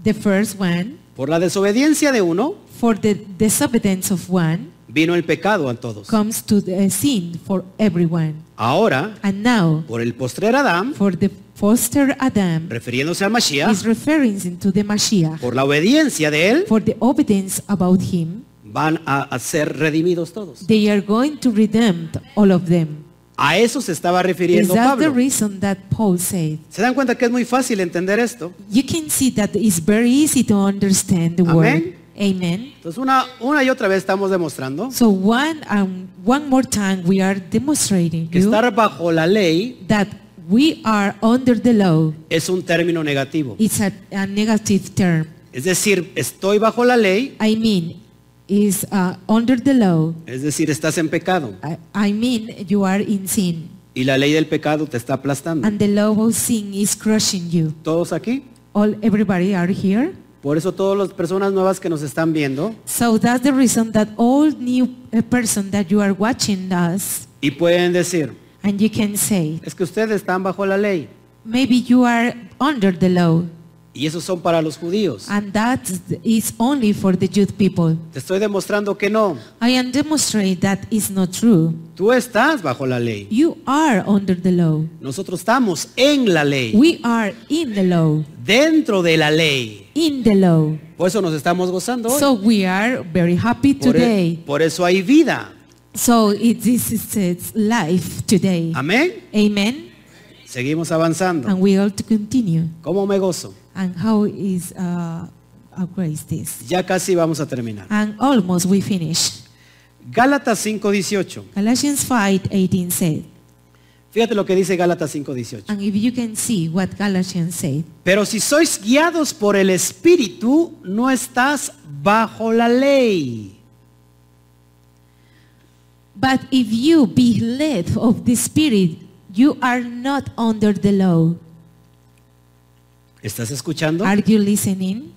the first one,
por la desobediencia de uno,
For the disobedience of one
vino el pecado a todos.
comes to the sin for everyone.
Ahora,
And now,
por el postrer Adán,
for the foster Adam
refiriéndose al Mashiach,
is referring to the Mashiach.
por la obediencia de él,
For the obedience about him,
van a, a ser redimidos todos.
they are going to redeem all of them.
A eso se estaba
Is
refiriendo
that the
Pablo.
reason that Paul said?
¿Se dan cuenta que es muy fácil entender esto?
You can see that it's very easy to understand the
Amén.
word. Amen.
Entonces, una, una y otra vez estamos demostrando
So one um, one more time we are demonstrating
que
you
estar bajo la ley
that we are under the law.
es un término negativo.
It's a, a negative term.
Es decir, estoy bajo la ley,
I mean, is uh, under the law.
es decir, estás en pecado.
I, I mean, you are in sin,
Y la ley del pecado te está aplastando.
and the law of sin is crushing you.
Todos aquí.
All everybody are here,
Por eso todas las personas nuevas que nos están viendo
so that's the reason that all new uh, person that you are watching us,
y pueden decir,
and you can say,
es que ustedes están bajo la ley.
maybe you are under the law,
Y esos son para los judíos.
and that is only for the Jewish people.
Te estoy demostrando que no.
I am demonstrate that is not true.
Tú estás bajo la ley.
You are under the law.
Nosotros estamos en la ley.
We are in the law.
Dentro de la ley.
in the law.
Por eso nos estamos gozando hoy.
So we are very happy
Por, e-
today.
por eso hay vida.
So it, this is its life today.
Amén.
Amen.
Seguimos avanzando.
And we ought to continue.
¿Cómo me gozo?
And how is uh, our grace this?
Ya casi vamos a terminar.
And almost we finish.
Gálatas 5:18.
Galatians 5, 18 said,
Fíjate lo que dice Gálatas 5:18.
and if you can see what Galatians said,
Pero si sois guiados por el Espíritu, no estás bajo la ley.
but if you be led of the Spirit, you are not under the law.
¿Estás escuchando?
Are you listening?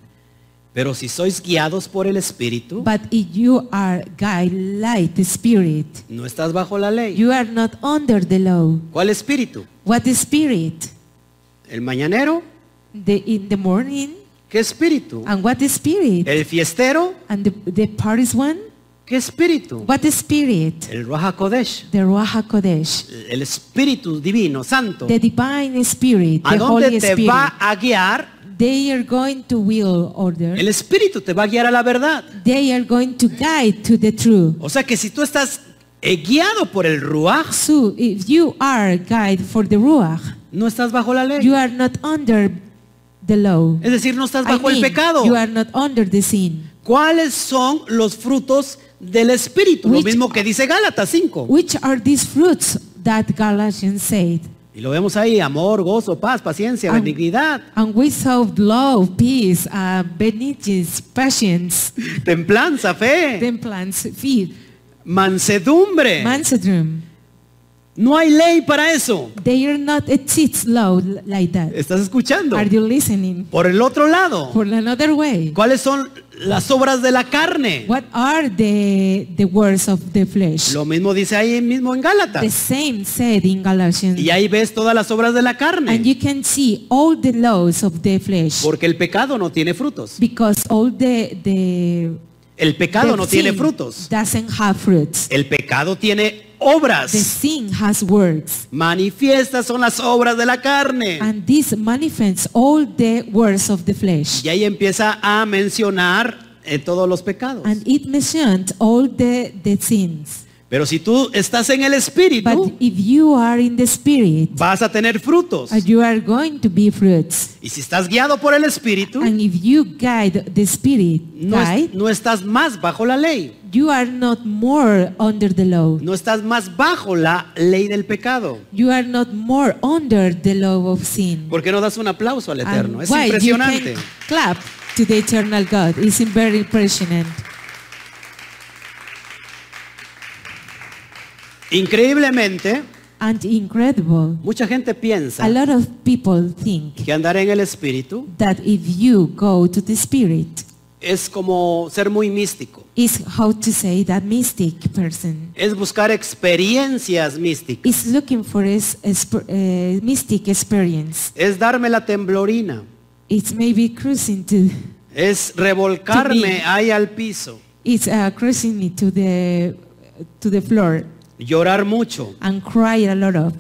Pero si sois guiados por el Espíritu,
But if you are guide light spirit,
no estás bajo la ley.
you are not under the law.
¿Cuál espíritu?
What spirit?
¿El mañanero?
The in the morning
¿Qué espíritu?
and what spirit?
¿El fiestero?
And the, the Paris one?
¿Qué espíritu?
What spirit?
El Ruach HaKodesh,
The Ruach HaKodesh,
el espíritu divino, santo.
the divine spirit,
¿A
the
dónde
Holy
te
Spirit.
va a guiar?
They are going to will order.
El espíritu te va a guiar a la verdad.
They are going to guide to the truth.
O sea que si tú estás eh, guiado por el Ruach,
So if you are guide for the Ruach,
no estás bajo la ley.
you are not under the law.
Es decir, no estás
I
bajo el
mean,
pecado.
You are not under the sin.
¿Cuáles son los frutos del espíritu? Lo
Which-
mismo que dice Gálatas 5.
Which are these fruits that Galatians said?
Y lo vemos ahí, amor, gozo, paz, paciencia,
Am-
benignidad,
And we saw love, peace, uh, benignity, patience,
templanza, fe,
temperance, fear,
mansedumbre.
mansedrum.
no hay ley para eso.
They are not exist law like that.
¿Estás escuchando?
Are you listening?
Por el otro lado,
For another way,
¿cuáles son las obras de la carne?
what are the the words of the flesh?
Lo mismo dice ahí mismo en
The
Gálatas.
same said in Galatians.
Y ahí ves todas las obras de la carne.
And you can see all the laws of the flesh.
Porque el pecado no tiene frutos.
Because all the the
El pecado
the
no tiene
sin
frutos.
Doesn't have fruits.
El pecado tiene
The
obras.
sin has words.
Manifiestas son las obras de la carne.
And this manifests all the words of the flesh.
Y ahí empieza a mencionar eh, todos los pecados.
And it mentions all the, the sins.
Pero si tú estás en el
But
Espíritu,
if you are in the spirit,
vas a tener frutos.
and you are going to be fruits.
Y si estás guiado por el Espíritu,
And if you guide the spirit,
no, es-
guide,
no estás más bajo la ley.
you are not more under the law.
No estás más bajo la ley del pecado.
You are not more under the law of sin.
¿Por qué no das un aplauso al Eterno?
And
Es
why Ah, you can
impresionante.
clap to the eternal God. It's very impressionant.
Increíblemente,
and incredible.
mucha gente piensa
A lot of people think
que andar en el Espíritu
that if you go to the spirit,
es como ser muy místico.
is how to say that mystic person
Es buscar experiencias místicas.
is looking for a, s- a sp- a mystic experience.
Es darme la temblorina.
It's maybe cruising to,
Es
To
revolcarme
me.
ahí al piso.
it's uh, cruising me to the to the floor
Llorar mucho,
and cry a lot of,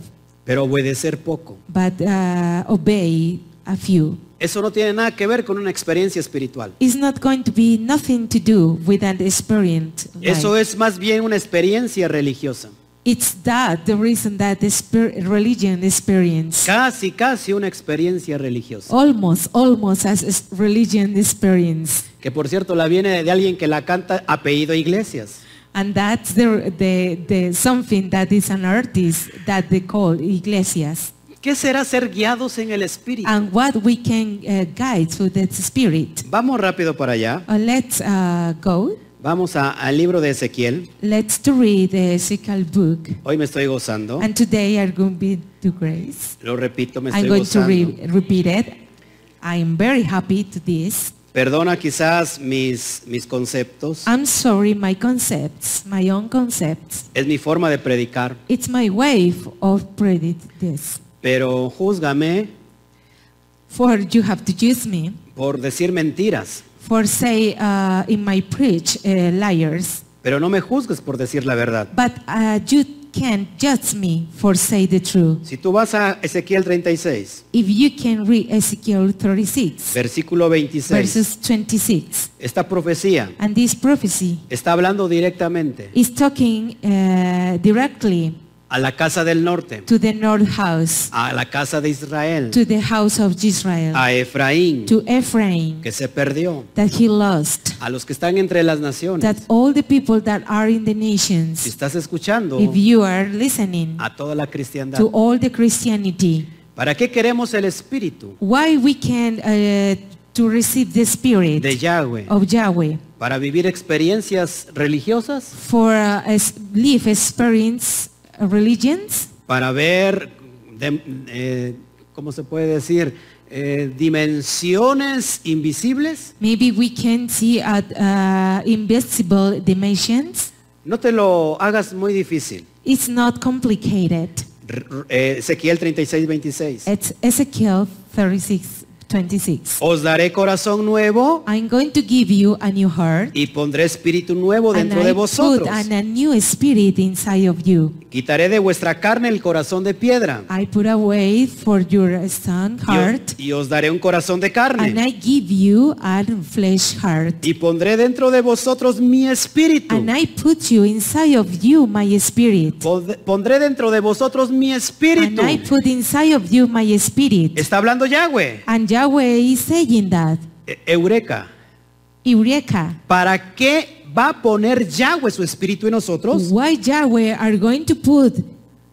pero obedecer poco.
but uh, obey a few.
Eso no tiene nada que ver con una experiencia espiritual.
It's not going to be nothing to do with an experience.
Eso es más bien una experiencia religiosa.
It's that the reason that the spir- religion experience
Casi, casi una experiencia religiosa.
almost almost as is religion experience,
Que por cierto la viene de alguien que la canta apellido Iglesias.
and that's the the, the something that is an artist that they call iglesias,
¿Qué será ser guiados en el Espíritu?
and what we can uh, guide through that spirit.
Vamos rápido para allá.
Uh, let's uh, go.
Vamos a- al libro de Ezequiel.
Let's to read the Ezekiel book,
Hoy me estoy gozando.
and today I'm going to be to grace.
Lo repito, me
I'm
estoy
going to
gozando.
re- repeat it. I'm very happy to this.
Perdona quizás mis, mis conceptos.
I'm sorry, my concepts, my own concepts.
Es mi forma de predicar.
It's my way f- of predict this.
Pero júzgame
For you have to use me
por decir mentiras.
for say uh, in my preach uh, liars,
Pero no me juzgues por decir la verdad.
but uh, you can't judge me for say the truth.
Si tú vas a Ezequiel 36,
If you can read Ezekiel 36,
versículo 26,
verses 26,
esta profecía
and this prophecy
está hablando directamente
is talking uh, directly
a la casa del norte,
to the north house,
a la casa de Israel,
to the house of Israel,
a Efraín,
to Ephraim,
que se perdió,
that he lost,
a los que están entre las
that
naciones.
all the people that are in the
Si
nations,
estás escuchando
if you are listening
a toda la cristiandad,
to all the Christianity,
¿para qué queremos el espíritu
why we can uh, to receive the
de
spirit
Yahweh?
of Yahweh
¿Para vivir experiencias religiosas?
for uh, as live experience uh, religions,
¿Para ver, de- eh, cómo se puede decir, eh, dimensiones invisibles?
Maybe we can see at uh, invisible dimensions.
No te lo hagas muy difícil.
It's not complicated.
R- r- eh, Ezequiel 36, 26.
It's Ezekiel 36, 26.
Os daré corazón nuevo
I'm going to give you a new heart.
y pondré espíritu nuevo
and
dentro
I
de
put
vosotros.
an- e- a new spirit inside of you.
Quitaré de vuestra carne el corazón de piedra
I put away for your uh, son
y os-
heart, e-
y os daré un corazón de
and
carne.
I give you a flesh heart.
Y pondré dentro de vosotros mi espíritu.
And I put you inside of you my spirit.
Pod- Pondré dentro de vosotros mi
And
espíritu.
I e- put inside of you my spirit.
Está hablando Yahweh.
And Yahweh is saying that.
E- Eureka.
Eureka.
¿Para qué va a poner Yahweh su espíritu en nosotros?
Why Yahweh are going to put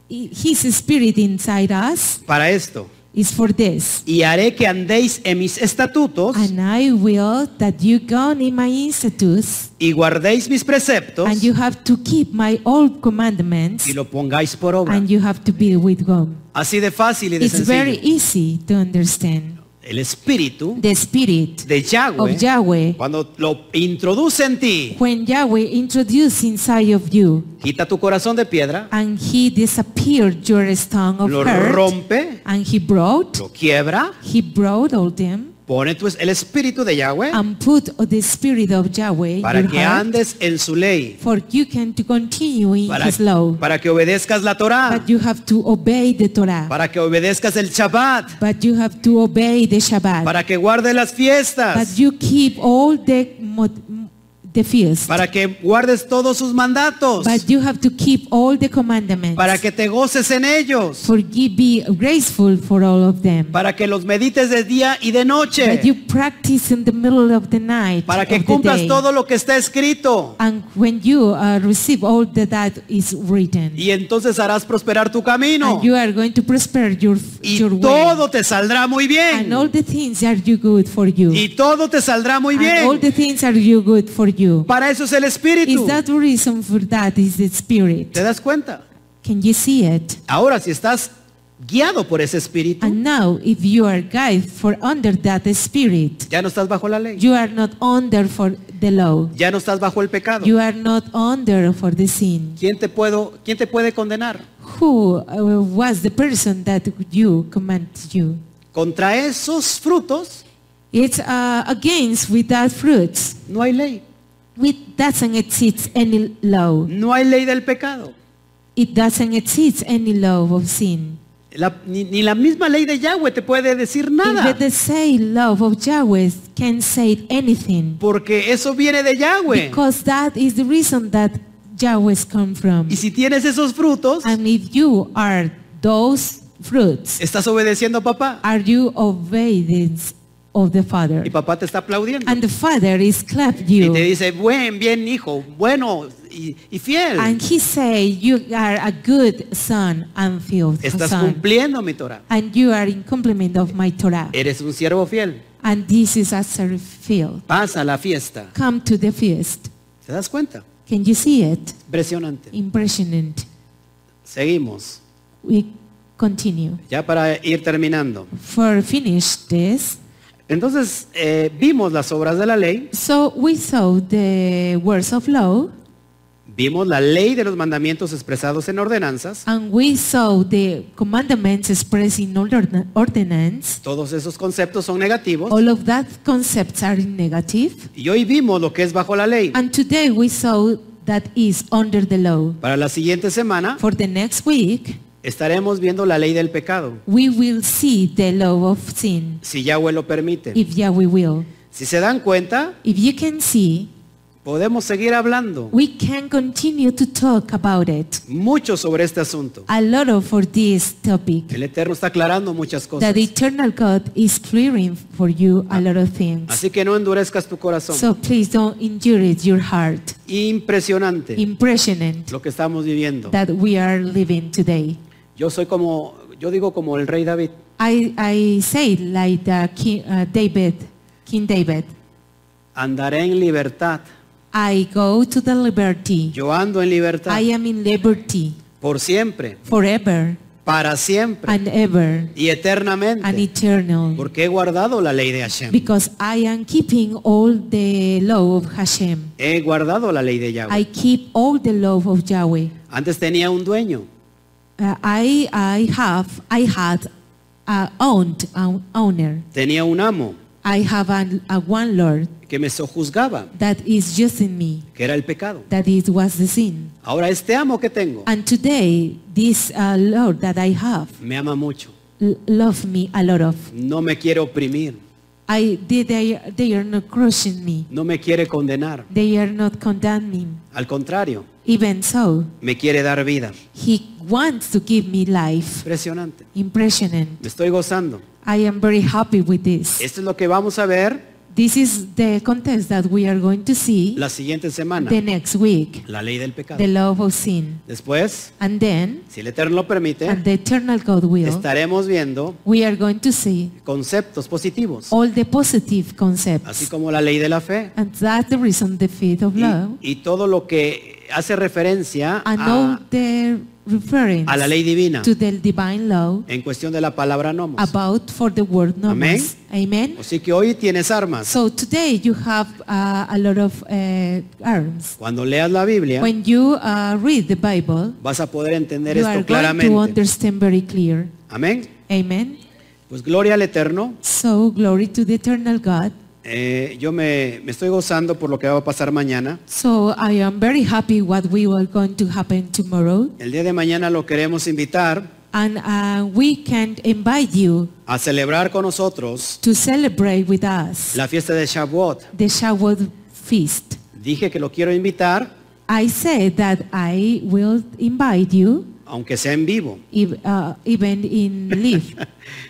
i- his spirit inside us
Para esto.
is for this.
Y haré que andéis en mis estatutos
And I will that you go in my institutes
y guardéis mis preceptos
and you have to keep my old commandments
y lo pongáis por obra.
and you have to be with God.
Así de fácil y de
It's very
sencillo.
easy to understand.
El espíritu
The spirit
de Yahweh,
of Yahweh,
cuando lo introduce en ti,
when Yahweh introduced inside of you
quita tu corazón de piedra,
and he disappeared your stone of
lo
heart
rompe,
and he brought,
lo quiebra,
he brought all them
pone tu, el espíritu de Yahweh
and put the spirit of Yahweh in
para
your
que
heart,
andes en su ley,
for you can to continue in
para,
his law.
para que obedezcas la Torah,
But you have to obey the Torah.
para que obedezcas el Shabbat,
But you have to obey the Shabbat.
para que guardes las
But
fiestas,
you keep all the mo- the feast.
para que guardes todos sus mandatos,
But you have to keep all the commandments.
para que te goces en ellos,
For ye be graceful for all of them.
para que los medites de día y de noche,
But you practice in the middle of the night.
para
of
que
the
cumplas
day.
todo lo que está escrito.
And when you uh, receive all that that is written,
Y entonces harás prosperar tu camino.
and you are going to prosper your
Y
your way.
todo te saldrá muy bien.
And all the things are you good for you.
Y todo te saldrá muy
And all
bien.
the things are you good for you.
Para eso es el espíritu.
Is that the reason for that? Is the spirit?
¿Te das cuenta?
Can you see it?
Ahora, si estás guiado por ese espíritu,
And now, if you are guide for under that spirit,
ya no estás bajo la ley.
you are not under for the law.
Ya no estás bajo el pecado.
You are not under for the sin.
¿Quién te, puedo, ¿Quién te puede condenar?
Who uh, was the person that you command you?
Contra esos frutos
It's uh, against without fruits.
no hay ley.
It doesn't exist any law.
No hay ley del pecado.
It doesn't exist any law of sin.
La- ni, ni la misma ley de Yahweh te puede decir nada.
Even the say love of Yahweh can say anything.
Porque eso viene de Yahweh.
Because that is the reason that Yahweh's come from.
Y si tienes esos frutos,
And if you are those fruits,
estás obedeciendo a papá.
are you obedience of the Father?
Y papá te está aplaudiendo.
And the Father is clap
Y te
you.
dice, buen, bien hijo, bueno y, y fiel.
And he say, you are a good son and faithful
Estás
son.
cumpliendo mi Torah.
And you are in complement of my Torah.
Eres un siervo fiel.
And this is a field.
Pasa la fiesta.
Come to the feast.
¿Te das cuenta?
Can you see it?
Impresionante.
Impressionant.
Seguimos.
We continue.
Ya para ir terminando.
For finish this,
Entonces eh, vimos las obras de la ley,
so we saw the words of law,
vimos la ley de los mandamientos expresados en ordenanzas.
and we saw the commandments expressed in ordin- ordinance.
Todos esos conceptos son negativos.
All of that concepts are negative.
Y hoy vimos lo que es bajo la ley.
And today we saw that is under the law.
Para la siguiente semana
For the next week,
estaremos viendo la ley del pecado,
we will see the law of sin,
si Yahweh lo permite.
if Yahweh will.
Si se dan cuenta,
If you can see,
podemos seguir hablando
we can continue to talk about it.
mucho sobre este asunto.
A lot of for this topic.
El Eterno está aclarando muchas cosas.
that the eternal God is clearing for you a lot of things.
Así que no endurezcas tu corazón.
So please don't injure it, your heart.
Impresionante
Impressionant
lo que estamos viviendo.
that we are living today.
Yo soy como, yo digo como el rey David.
I, I say like the King uh, David, King David,
Andaré en libertad.
I go to the liberty.
Yo ando en libertad
I am in liberty
por siempre.
forever.
para siempre
and ever
y
and
eternamente,
eternal,
porque he guardado la ley de Hashem.
because I am keeping all the law of Hashem.
He guardado la ley de Yahweh.
I keep all the law of Yahweh.
Antes tenía un dueño,
Uh, I I have I had a owned an owner.
tenía un amo
I have an, a one Lord
que me sojuzgaba,
that is using me.
que era el pecado.
That it was the sin.
Ahora este amo que tengo
And today, this uh, Lord that I have
me ama mucho,
l- love me a lot of.
no me quiere oprimir,
I they, they they are not crushing me.
no me quiere condenar.
They are not condemning.
Al contrario,
Even so,
me quiere dar vida.
He wants to give me life.
Impresionante.
Impressionant.
Me estoy gozando.
I am very happy with this.
Esto es lo que vamos a ver
This is the contest that we are going to see
la siguiente semana.
the next week.
La ley del pecado.
The love of sin.
Después,
And then,
si el Eterno lo permite,
and the eternal God will,
estaremos viendo
we are going to see
conceptos positivos,
all the positive concepts.
así como la ley de la fe
And that's the reason the faith of
y,
love
y todo lo que hace referencia
and all
a,
the reference
Ah. a la ley divina
to the divine law
en cuestión de la palabra nomos.
about for the word nomos. Amen.
Así que hoy tienes armas.
So today you have uh, a lot of uh, arms.
Cuando leas la Biblia,
When you uh, read the Bible,
vas a poder entender
you are
esto
going to
claramente.
understand very clear.
Amén.
Amen.
Pues gloria al Eterno.
So glory to the eternal God.
Eh, yo me, me estoy gozando por lo que va a pasar mañana.
So I am very happy what we are going to happen tomorrow.
El día de mañana lo queremos invitar
And uh, we can invite you
a celebrar con nosotros
to celebrate with us
la fiesta de Shavuot.
the Shavuot feast.
Dije que lo quiero invitar,
I said that I will invite you
aunque sea en vivo.
if, uh, even in live.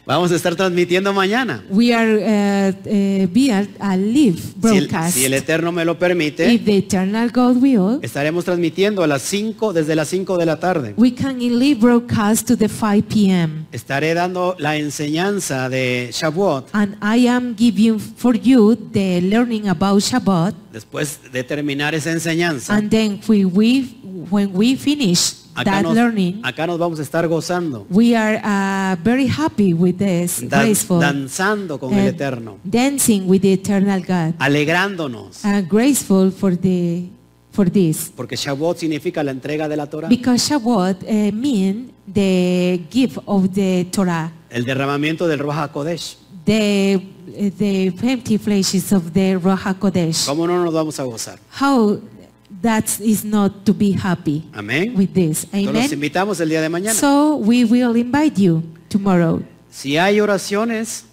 Vamos a estar transmitiendo mañana.
we are uh, uh, via a live
Si el,
broadcast.
si el Eterno me lo permite,
if the eternal God will,
estaremos transmitiendo a las 5, desde las 5 de la tarde.
we can in live broadcast to the 5 p.m.
Estaré dando la enseñanza de Shavuot.
And I am giving for you the learning about Shabbat.
Después de terminar esa enseñanza,
And then we, we, when we finish
acá
that
nos,
learning,
acá nos vamos a estar gozando,
we are uh, very happy with this,
dan-
graceful,
danzando con el
uh,
Eterno,
dancing with the eternal God,
alegrándonos.
uh, grateful for the for this,
Porque Shavuot significa la entrega de la Torah,
because Shabbat uh, mean the gift of the Torah,
el derramamiento del Ruach HaKodesh.
the the empty flashes of the Roha Kodesh.
¿Cómo no nos vamos a gozar?
How that is not to be happy
Amén.
with this,
Entonces, los
amen.
invitamos el día de mañana.
So we will invite you tomorrow.
si hay oraciones,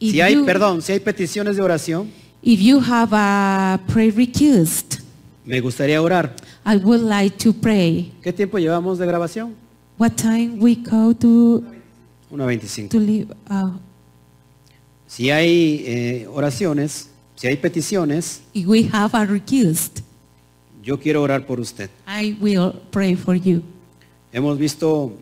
If
si hay,
you-
perdón, si hay peticiones de oración,
If you have a prayer request,
me gustaría orar.
I would like to pray.
¿Qué tiempo llevamos de grabación?
What time we go to
1.25.
to leave? Uh,
Si hay eh, oraciones, si hay peticiones,
if we have a request,
yo quiero orar por usted.
I will pray for you.
Hemos visto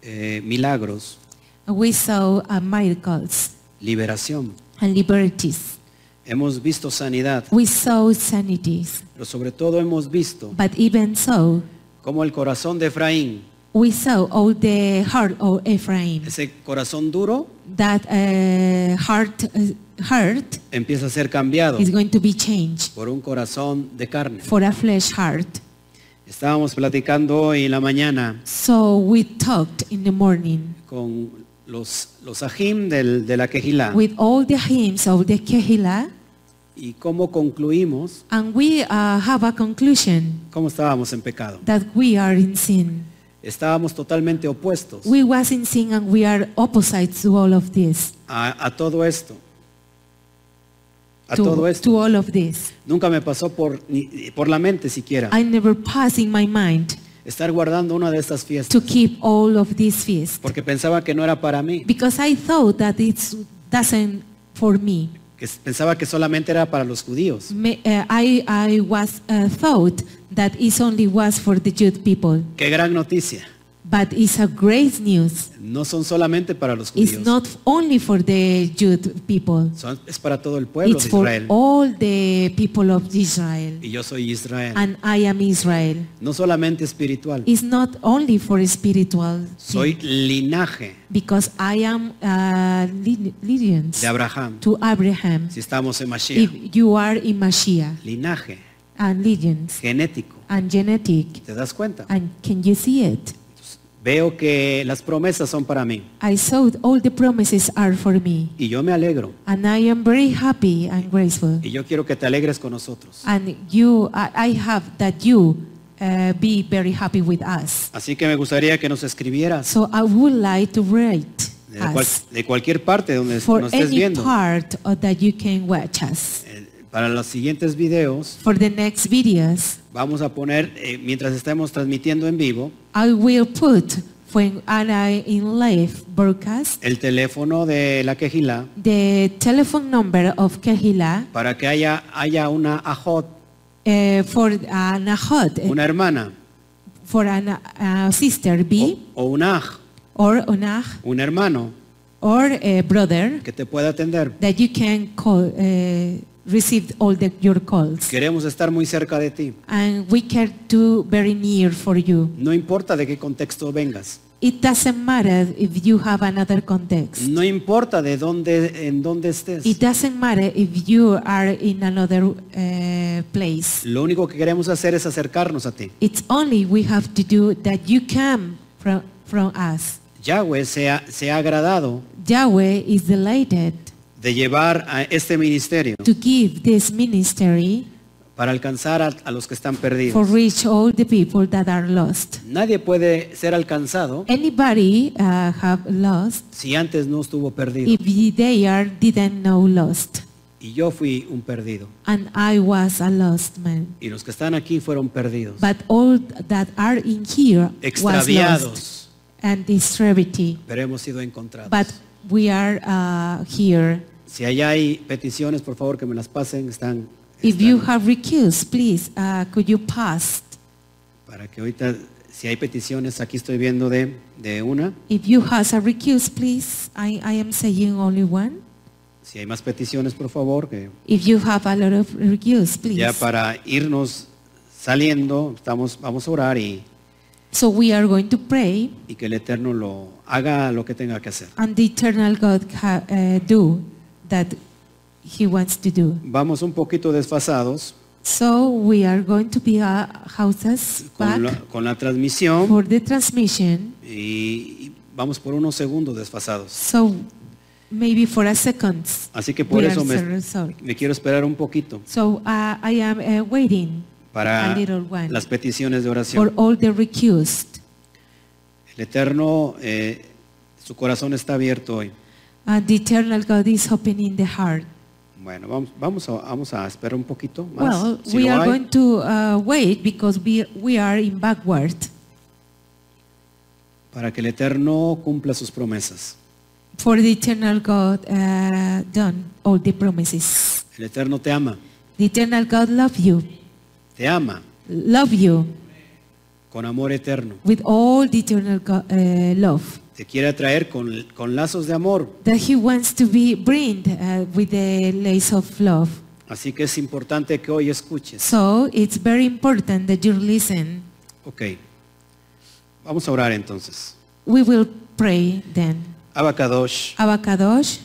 eh, milagros,
We saw uh, miracles
liberación,
and liberties.
hemos visto sanidad,
We saw sanities,
pero sobre todo hemos visto
but even so,
cómo el corazón de Efraín,
we saw all the heart of Ephraim.
ese corazón duro,
That uh, heart, uh, heart
empieza a ser cambiado
is going to be changed
por un corazón de carne.
for a flesh heart.
Estábamos platicando hoy en la mañana
So we talked in the morning
con los, los ajim del- de la Quejilá
with all the hymns of the Kehila,
y cómo concluimos,
and we uh, have a conclusion
cómo estábamos en pecado.
that we are in sin.
Estábamos totalmente opuestos
We was in sin, and we are opposites to all of this.
a, a todo esto. A
to,
todo esto.
to all of this.
Nunca me pasó por, ni- por la mente siquiera
I never pass in my mind
estar guardando una de estas
to
fiestas,
keep all of these feasts
porque pensaba que no era para mí,
because I thought that it doesn't for me.
que s- pensaba que solamente era para los judíos.
Me- uh, I I was uh, thought that it only was for the Jewish people.
Qué gran noticia.
But it's a great news.
No son solamente para los
It's
judíos,
not only for the Jude people.
son- es para todo el pueblo
It's
de
for
Israel.
all the people of Israel.
Y yo soy Israel.
And I am Israel.
No solamente espiritual,
It's not only for spiritual,
soy linaje
because I am uh, li- lineage
de Abraham.
to Abraham.
Si estamos en Mashiach,
If you are in Mashiach
linaje
and legions
genético.
and genetic,
¿Te das cuenta?
and can you see it?
Veo que las promesas son para mí
I saw all the promises are for me,
y yo me alegro
and I am very happy and grateful.
y yo quiero que te alegres con nosotros.
And you, I, I have that you uh, be very happy with us.
Así que me gustaría que nos escribieras
So I would like to write
de, cual-
us
de cualquier parte donde
for
nos estés
any
viendo.
part of that you can watch us.
Eh, Para los siguientes videos
For the next videos,
vamos a poner, eh, mientras estemos transmitiendo en vivo,
I will put when I in live broadcast
el teléfono de la Quejilá
the telephone number of Kehila
para que haya, haya una ajot,
eh, for an ahot, eh,
una hermana
for an uh, sister
o,
B
o un aj,
or an ah-
un hermano
or a brother
que te pueda atender.
that you can call, eh, receive all the, your calls.
Queremos estar muy cerca de ti.
And we can do very near for you.
No importa de qué contexto vengas.
It doesn't matter if you have another context.
No importa de dónde, en dónde estés.
It doesn't matter if you are in another eh, place.
Lo único que queremos hacer es acercarnos a ti.
It's only we have to do that you come from, from us.
Yahweh se ha, se ha agradado
Yahweh is delighted
de llevar a este ministerio
to give this ministry
para alcanzar a, a los que están
for
perdidos.
reach all the people that are lost.
Nadie puede ser alcanzado
Anybody uh, have lost
si antes no estuvo perdido.
if they are didn't know lost.
Y yo fui un perdido.
And I was a lost man.
Y los que están aquí fueron perdidos.
But all that are in here was lost
Extraviados.
and extremity.
Pero hemos sido encontrados.
But we are uh, here.
Si allá hay peticiones, por favor que me las pasen. Están
If you have recused, please, uh, could you pass?
Para que ahorita, si hay peticiones, aquí estoy viendo de, de una.
If you has a recuse, please. I, I am saying only one.
Si hay más peticiones, por favor, que
If you have a lot of recuse, please.
ya para irnos saliendo, estamos, vamos a orar y,
So we are going to pray,
y que el Eterno lo haga lo que tenga que hacer.
and the eternal God ha, uh, do that He wants to do.
Vamos un poquito desfasados
So we are going to be uh, houses back
con la, con la transmisión
for the transmission.
y, y vamos por unos segundos desfasados.
So maybe for a second.
Así que por
we
eso
are
me,
result.
me quiero esperar un poquito
So uh, I am uh, waiting
para
a little while
las peticiones de
for
oración.
all the recused.
El Eterno, eh, su corazón está abierto hoy.
And uh, the eternal God is opening the heart.
Bueno, vamos, vamos, a, vamos a esperar un poquito más.
Well,
si
we
lo
are
hay.
going to uh, wait because we, we are in backward
para que el Eterno cumpla sus promesas.
for the eternal God uh, done all the promises.
El Eterno te ama,
The eternal God love you,
te ama
love you
con amor eterno.
with all the eternal God, uh, love
Te quiere atraer con, con lazos de amor.
that He wants to be bring uh, with the lace of love.
Así que es importante que hoy escuches.
So it's very important that you listen.
Ok. Vamos a orar entonces.
We will pray then.
Abacadosh,
Abacadosh,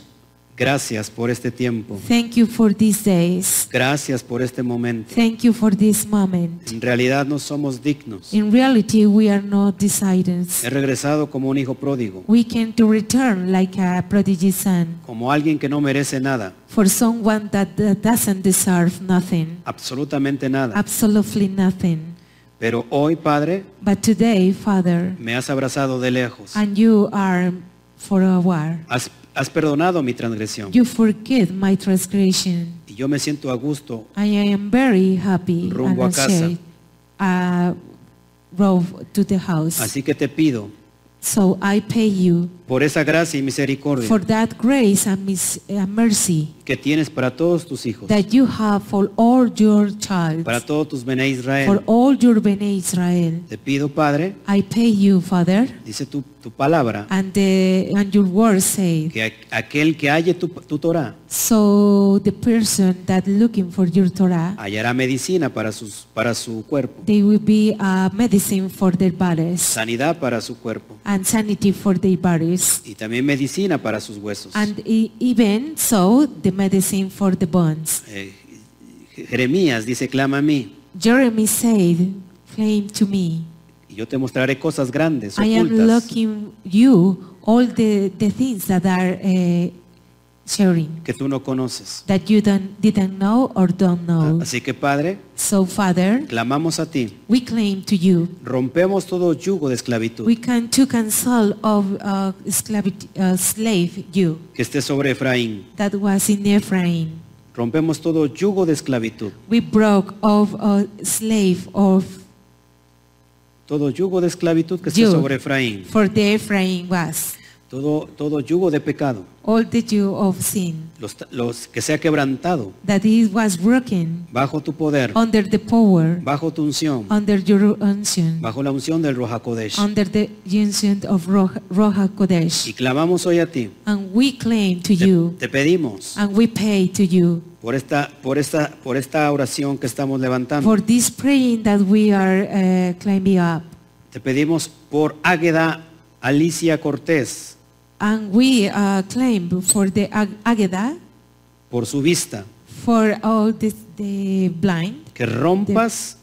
gracias por este tiempo.
thank you for these days.
Gracias por este momento.
Thank you for this moment.
En realidad no somos dignos.
In reality, we are not disciples.
He regresado como un hijo pródigo,
We came to return like a prodigy son
como alguien que no merece nada,
for someone that, that doesn't deserve nothing,
absolutamente nada.
absolutely nothing.
Pero hoy, Padre,
But today, Father,
me has abrazado de lejos.
and you are for a while.
Has, has perdonado mi transgresión.
You forgive my transgression.
Y yo me siento a gusto
I am very happy
Rumbo a
and
casa.
ashamed, uh, road to the house.
Así que te pido
So I pay you
por esa gracia y misericordia
for that grace and mis- uh, mercy
que tienes para todos tus hijos,
that you have for all your child,
para todos tus Bene
for
Israel.
all your Bene Israel.
Te pido, Padre,
I pay you, Father,
dice tu, tu palabra,
and, the, and your word say,
que aqu- aquel que halle tu, tu Torah
so the person that looking for your Torah,
hallará medicina para, sus, para su cuerpo,
they will be a medicine for their bodies
sanidad para su cuerpo
and sanity for their bodies.
y también medicina para sus huesos.
And e- even so, the medicine for the bones.
Eh, Jeremías dice, clama a mí
Jeremy said, claim to me,
y yo te mostraré cosas grandes,
I am
ocultas,
looking you all the, the things that are eh, sharing
que tú no conoces.
that you don't, didn't know or don't know.
Así que, Padre,
So Father,
clamamos a ti,
we claim to you,
rompemos todo yugo de esclavitud.
we can to cancel of uh, esclavity, uh, slave you
que esté sobre Efraín.
that was in Ephraim.
Rompemos todo yugo de esclavitud,
We broke of uh, slave of
todo yugo de esclavitud que esté
Yugo.
sobre Efraín,
for the Ephraim was
todo, todo yugo de pecado,
all the Jew of sin
los, los que sea quebrantado
that it was broken
bajo tu poder,
under the power,
bajo tu unción,
under your unction,
bajo la unción del Roja Kodesh.
under the unction of Roja, Roja
Y
Kodesh.
clamamos hoy a ti,
And we claim to
te,
you Ah.
te pedimos
and we pay to you
por esta, por esta, por esta oración que estamos levantando.
for this praying that we are uh, climbing up.
Te pedimos por Águeda Alicia Cortés,
And we uh, claim for the Ag- Ageda,
por su vista,
for all this, the blind
que rompas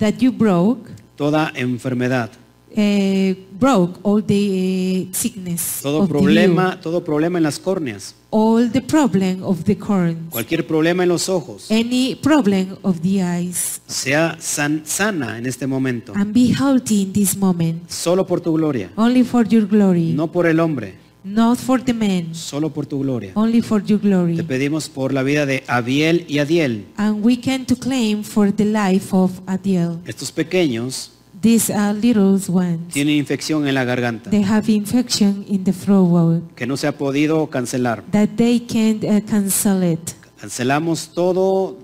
that you broke,
toda enfermedad,
uh, broke all the uh, sickness.
todo
of the
problema, todo problema en las córneas.
all the problem of the corns,
Cualquier problema en los ojos
any problem of the eyes,
sea san- sana en este momento.
and be healthy in this moment,
Solo por tu gloria.
only for your glory,
No por el hombre.
not for the men,
Solo por tu gloria.
only for your glory.
Te pedimos por la vida de Abiel y Adiel.
And we can to claim for the life of Adiel.
Estos pequeños
These are little ones.
tienen infección en la garganta
They have infection in the throat
que no se ha podido cancelar.
that they can't uh, cancel it.
Cancelamos todo,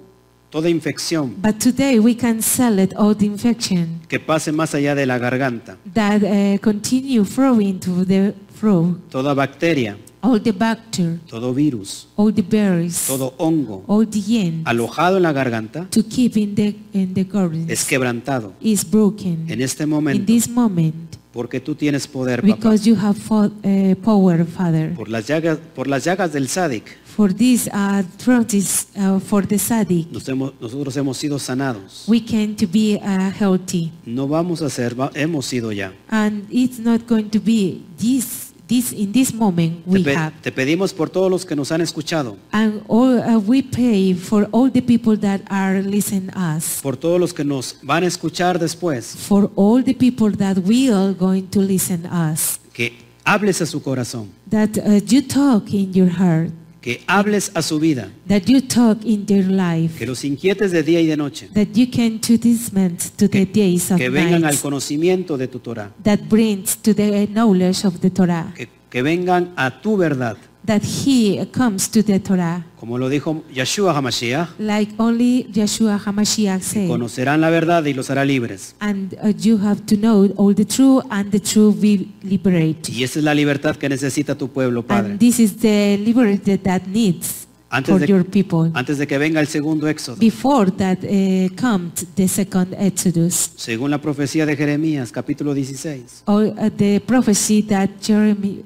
toda infección
But today we cancel it all the infection
que pase más allá de la garganta.
that uh, continue flowing to the throat,
Toda bacteria,
all the bacteria,
todo virus,
all the berries,
todo hongo
all the end
alojado en la garganta
to keep in the in the garden
es quebrantado
is broken
en este
in
momento
this moment
porque tú tienes poder, papá.
because you have fought, uh, power, Father.
Por las llagas, por las llagas del sádic,
For this uh, throat is uh, for the sadic.
nos hemos- nosotros hemos sido sanados.
We can to be uh, healthy,
No vamos a ser, va- hemos sido ya.
and it's not going to be this this in this moment
Te,
we
pe-
have.
te pedimos por todos los que nos han escuchado,
And all uh, we pray for all the people that are listening us,
por todos los que nos van a escuchar después,
for all the people that will going to listen us.
que hables a su corazón,
that uh, you talk in your heart,
que hables a su vida,
that you talk in their life,
que los inquietes de día y de noche,
that you can to this man to the days of
que vengan al
night,
conocimiento de tu Torah,
that brings to the knowledge of the Torah,
que, que vengan a tu verdad,
that he comes to the Torah,
como lo dijo Yeshua HaMashiach,
like only Yeshua HaMashiach said.
conocerán la verdad y los hará libres.
And uh, you have to know all the truth, and the truth will liberate.
Y esa es la libertad que necesita tu pueblo, Padre.
And this is the liberty that needs
Antes
for
de-
your people.
antes de que venga el segundo éxodo,
Before that uh, comes the second Exodus.
según la profecía de Jeremías, capítulo 16.
or uh, the prophecy that Jeremy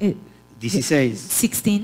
uh,
16.
16,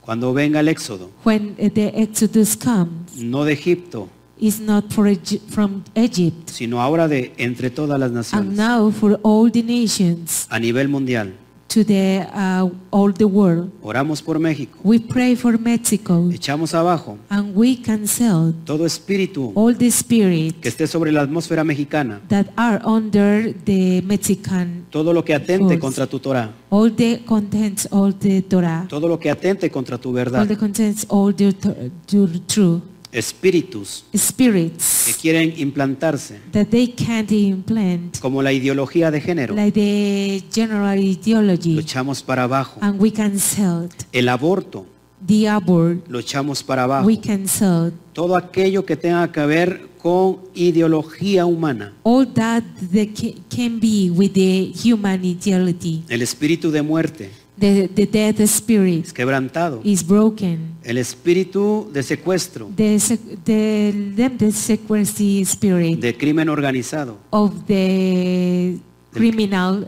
Cuando venga el éxodo,
when uh, the Exodus comes,
no de Egipto,
is not for Egy- from Egypt,
sino ahora de entre todas las
and
naciones,
now for all the nations
a nivel mundial.
to the uh, all the world.
Oramos por México.
We pray for Mexico,
Echamos abajo
and we cancel
todo espíritu
all the
que
spirits
esté sobre la atmósfera mexicana,
that are under the Mexican,
todo lo que atente contra tu Torah,
all the contents, all the Torah,
todo lo que atente contra tu
all
verdad.
the contents, all the, Tor- your truth.
espíritus que
spirits
quieren implantarse,
that they can't implant,
como la ideología de género.
like the general
Lo
ideology,
echamos para abajo.
and we cancel it.
El aborto,
the abort,
lo echamos para abajo.
we cancel
Todo aquello que tenga que ver con ideología humana.
all that that ca- can be with the human ideology.
El espíritu de muerte
The, the dead spirit
es quebrantado.
is broken.
El espíritu de secuestro,
The, sec- the, the, the secrecy spirit
de crimen organizado,
of the criminal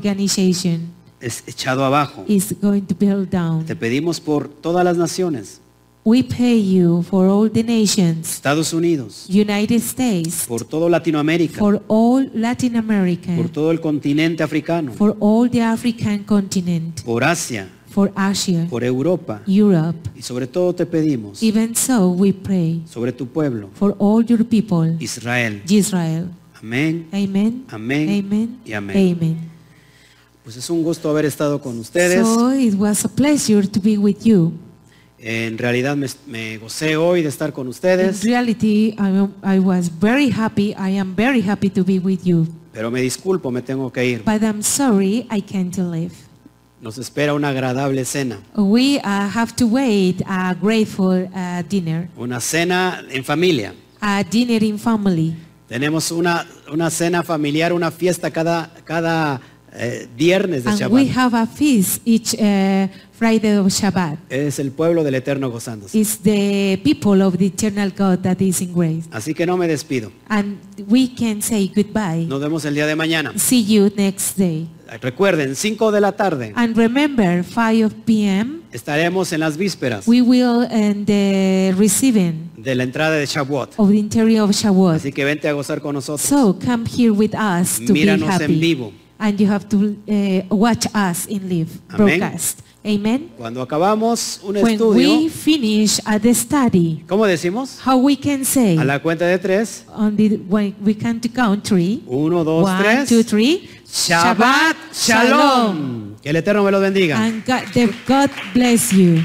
organization
es echado abajo.
is going to build down.
Te pedimos por todas las naciones,
We pay you for all the nations,
Estados Unidos,
United States,
por todo Latinoamérica,
for all Latin
por
America,
todo el continente africano,
for all the African continent,
por Asia,
for Asia,
por Europa.
Europe.
Y sobre todo te pedimos
Even so, we pray
sobre tu pueblo,
for all your people,
Israel.
Israel.
Amén.
Amen.
Amén
Amen.
y amén.
Amen.
Pues es un gusto haber estado con ustedes.
So it was a pleasure to be with you.
En realidad me, me gocé hoy de estar con
In
ustedes,
reality, I, am- I was very happy. I am very happy to be with you.
pero me disculpo, me tengo que ir.
But I'm sorry I can't leave.
Nos espera una agradable cena,
We uh, have to wait a grateful uh, dinner,
una cena en familia.
a dinner in family.
Tenemos una, una cena familiar, una fiesta cada, cada eh, viernes de
And we
Shabbat.
have a feast each uh, Friday of Shabbat.
Es el pueblo del Eterno gozándose.
It's the people of the eternal God that is in grace.
Así que no me despido.
And we can say goodbye.
Nos vemos el día de mañana.
See you next day.
Recuerden, 5 de la tarde
And remember, 5 p.m.,
estaremos en las vísperas
we will end the receiving
de la entrada de Shavuot.
of the interior of Shavuot.
Así que vente a gozar con nosotros.
So come here with us to be
Míranos en
happy.
vivo.
And you have to uh, watch us in live
Amén.
broadcast. Amen.
Cuando acabamos un
When
estudio,
we finish at the study,
¿cómo decimos?
how we can say
A la cuenta de tres.
on the when we can count three.
Uno, dos,
One,
tres.
two, three.
Shabbat Shalom. Que el Eterno me los bendiga.
And God, the- God bless you.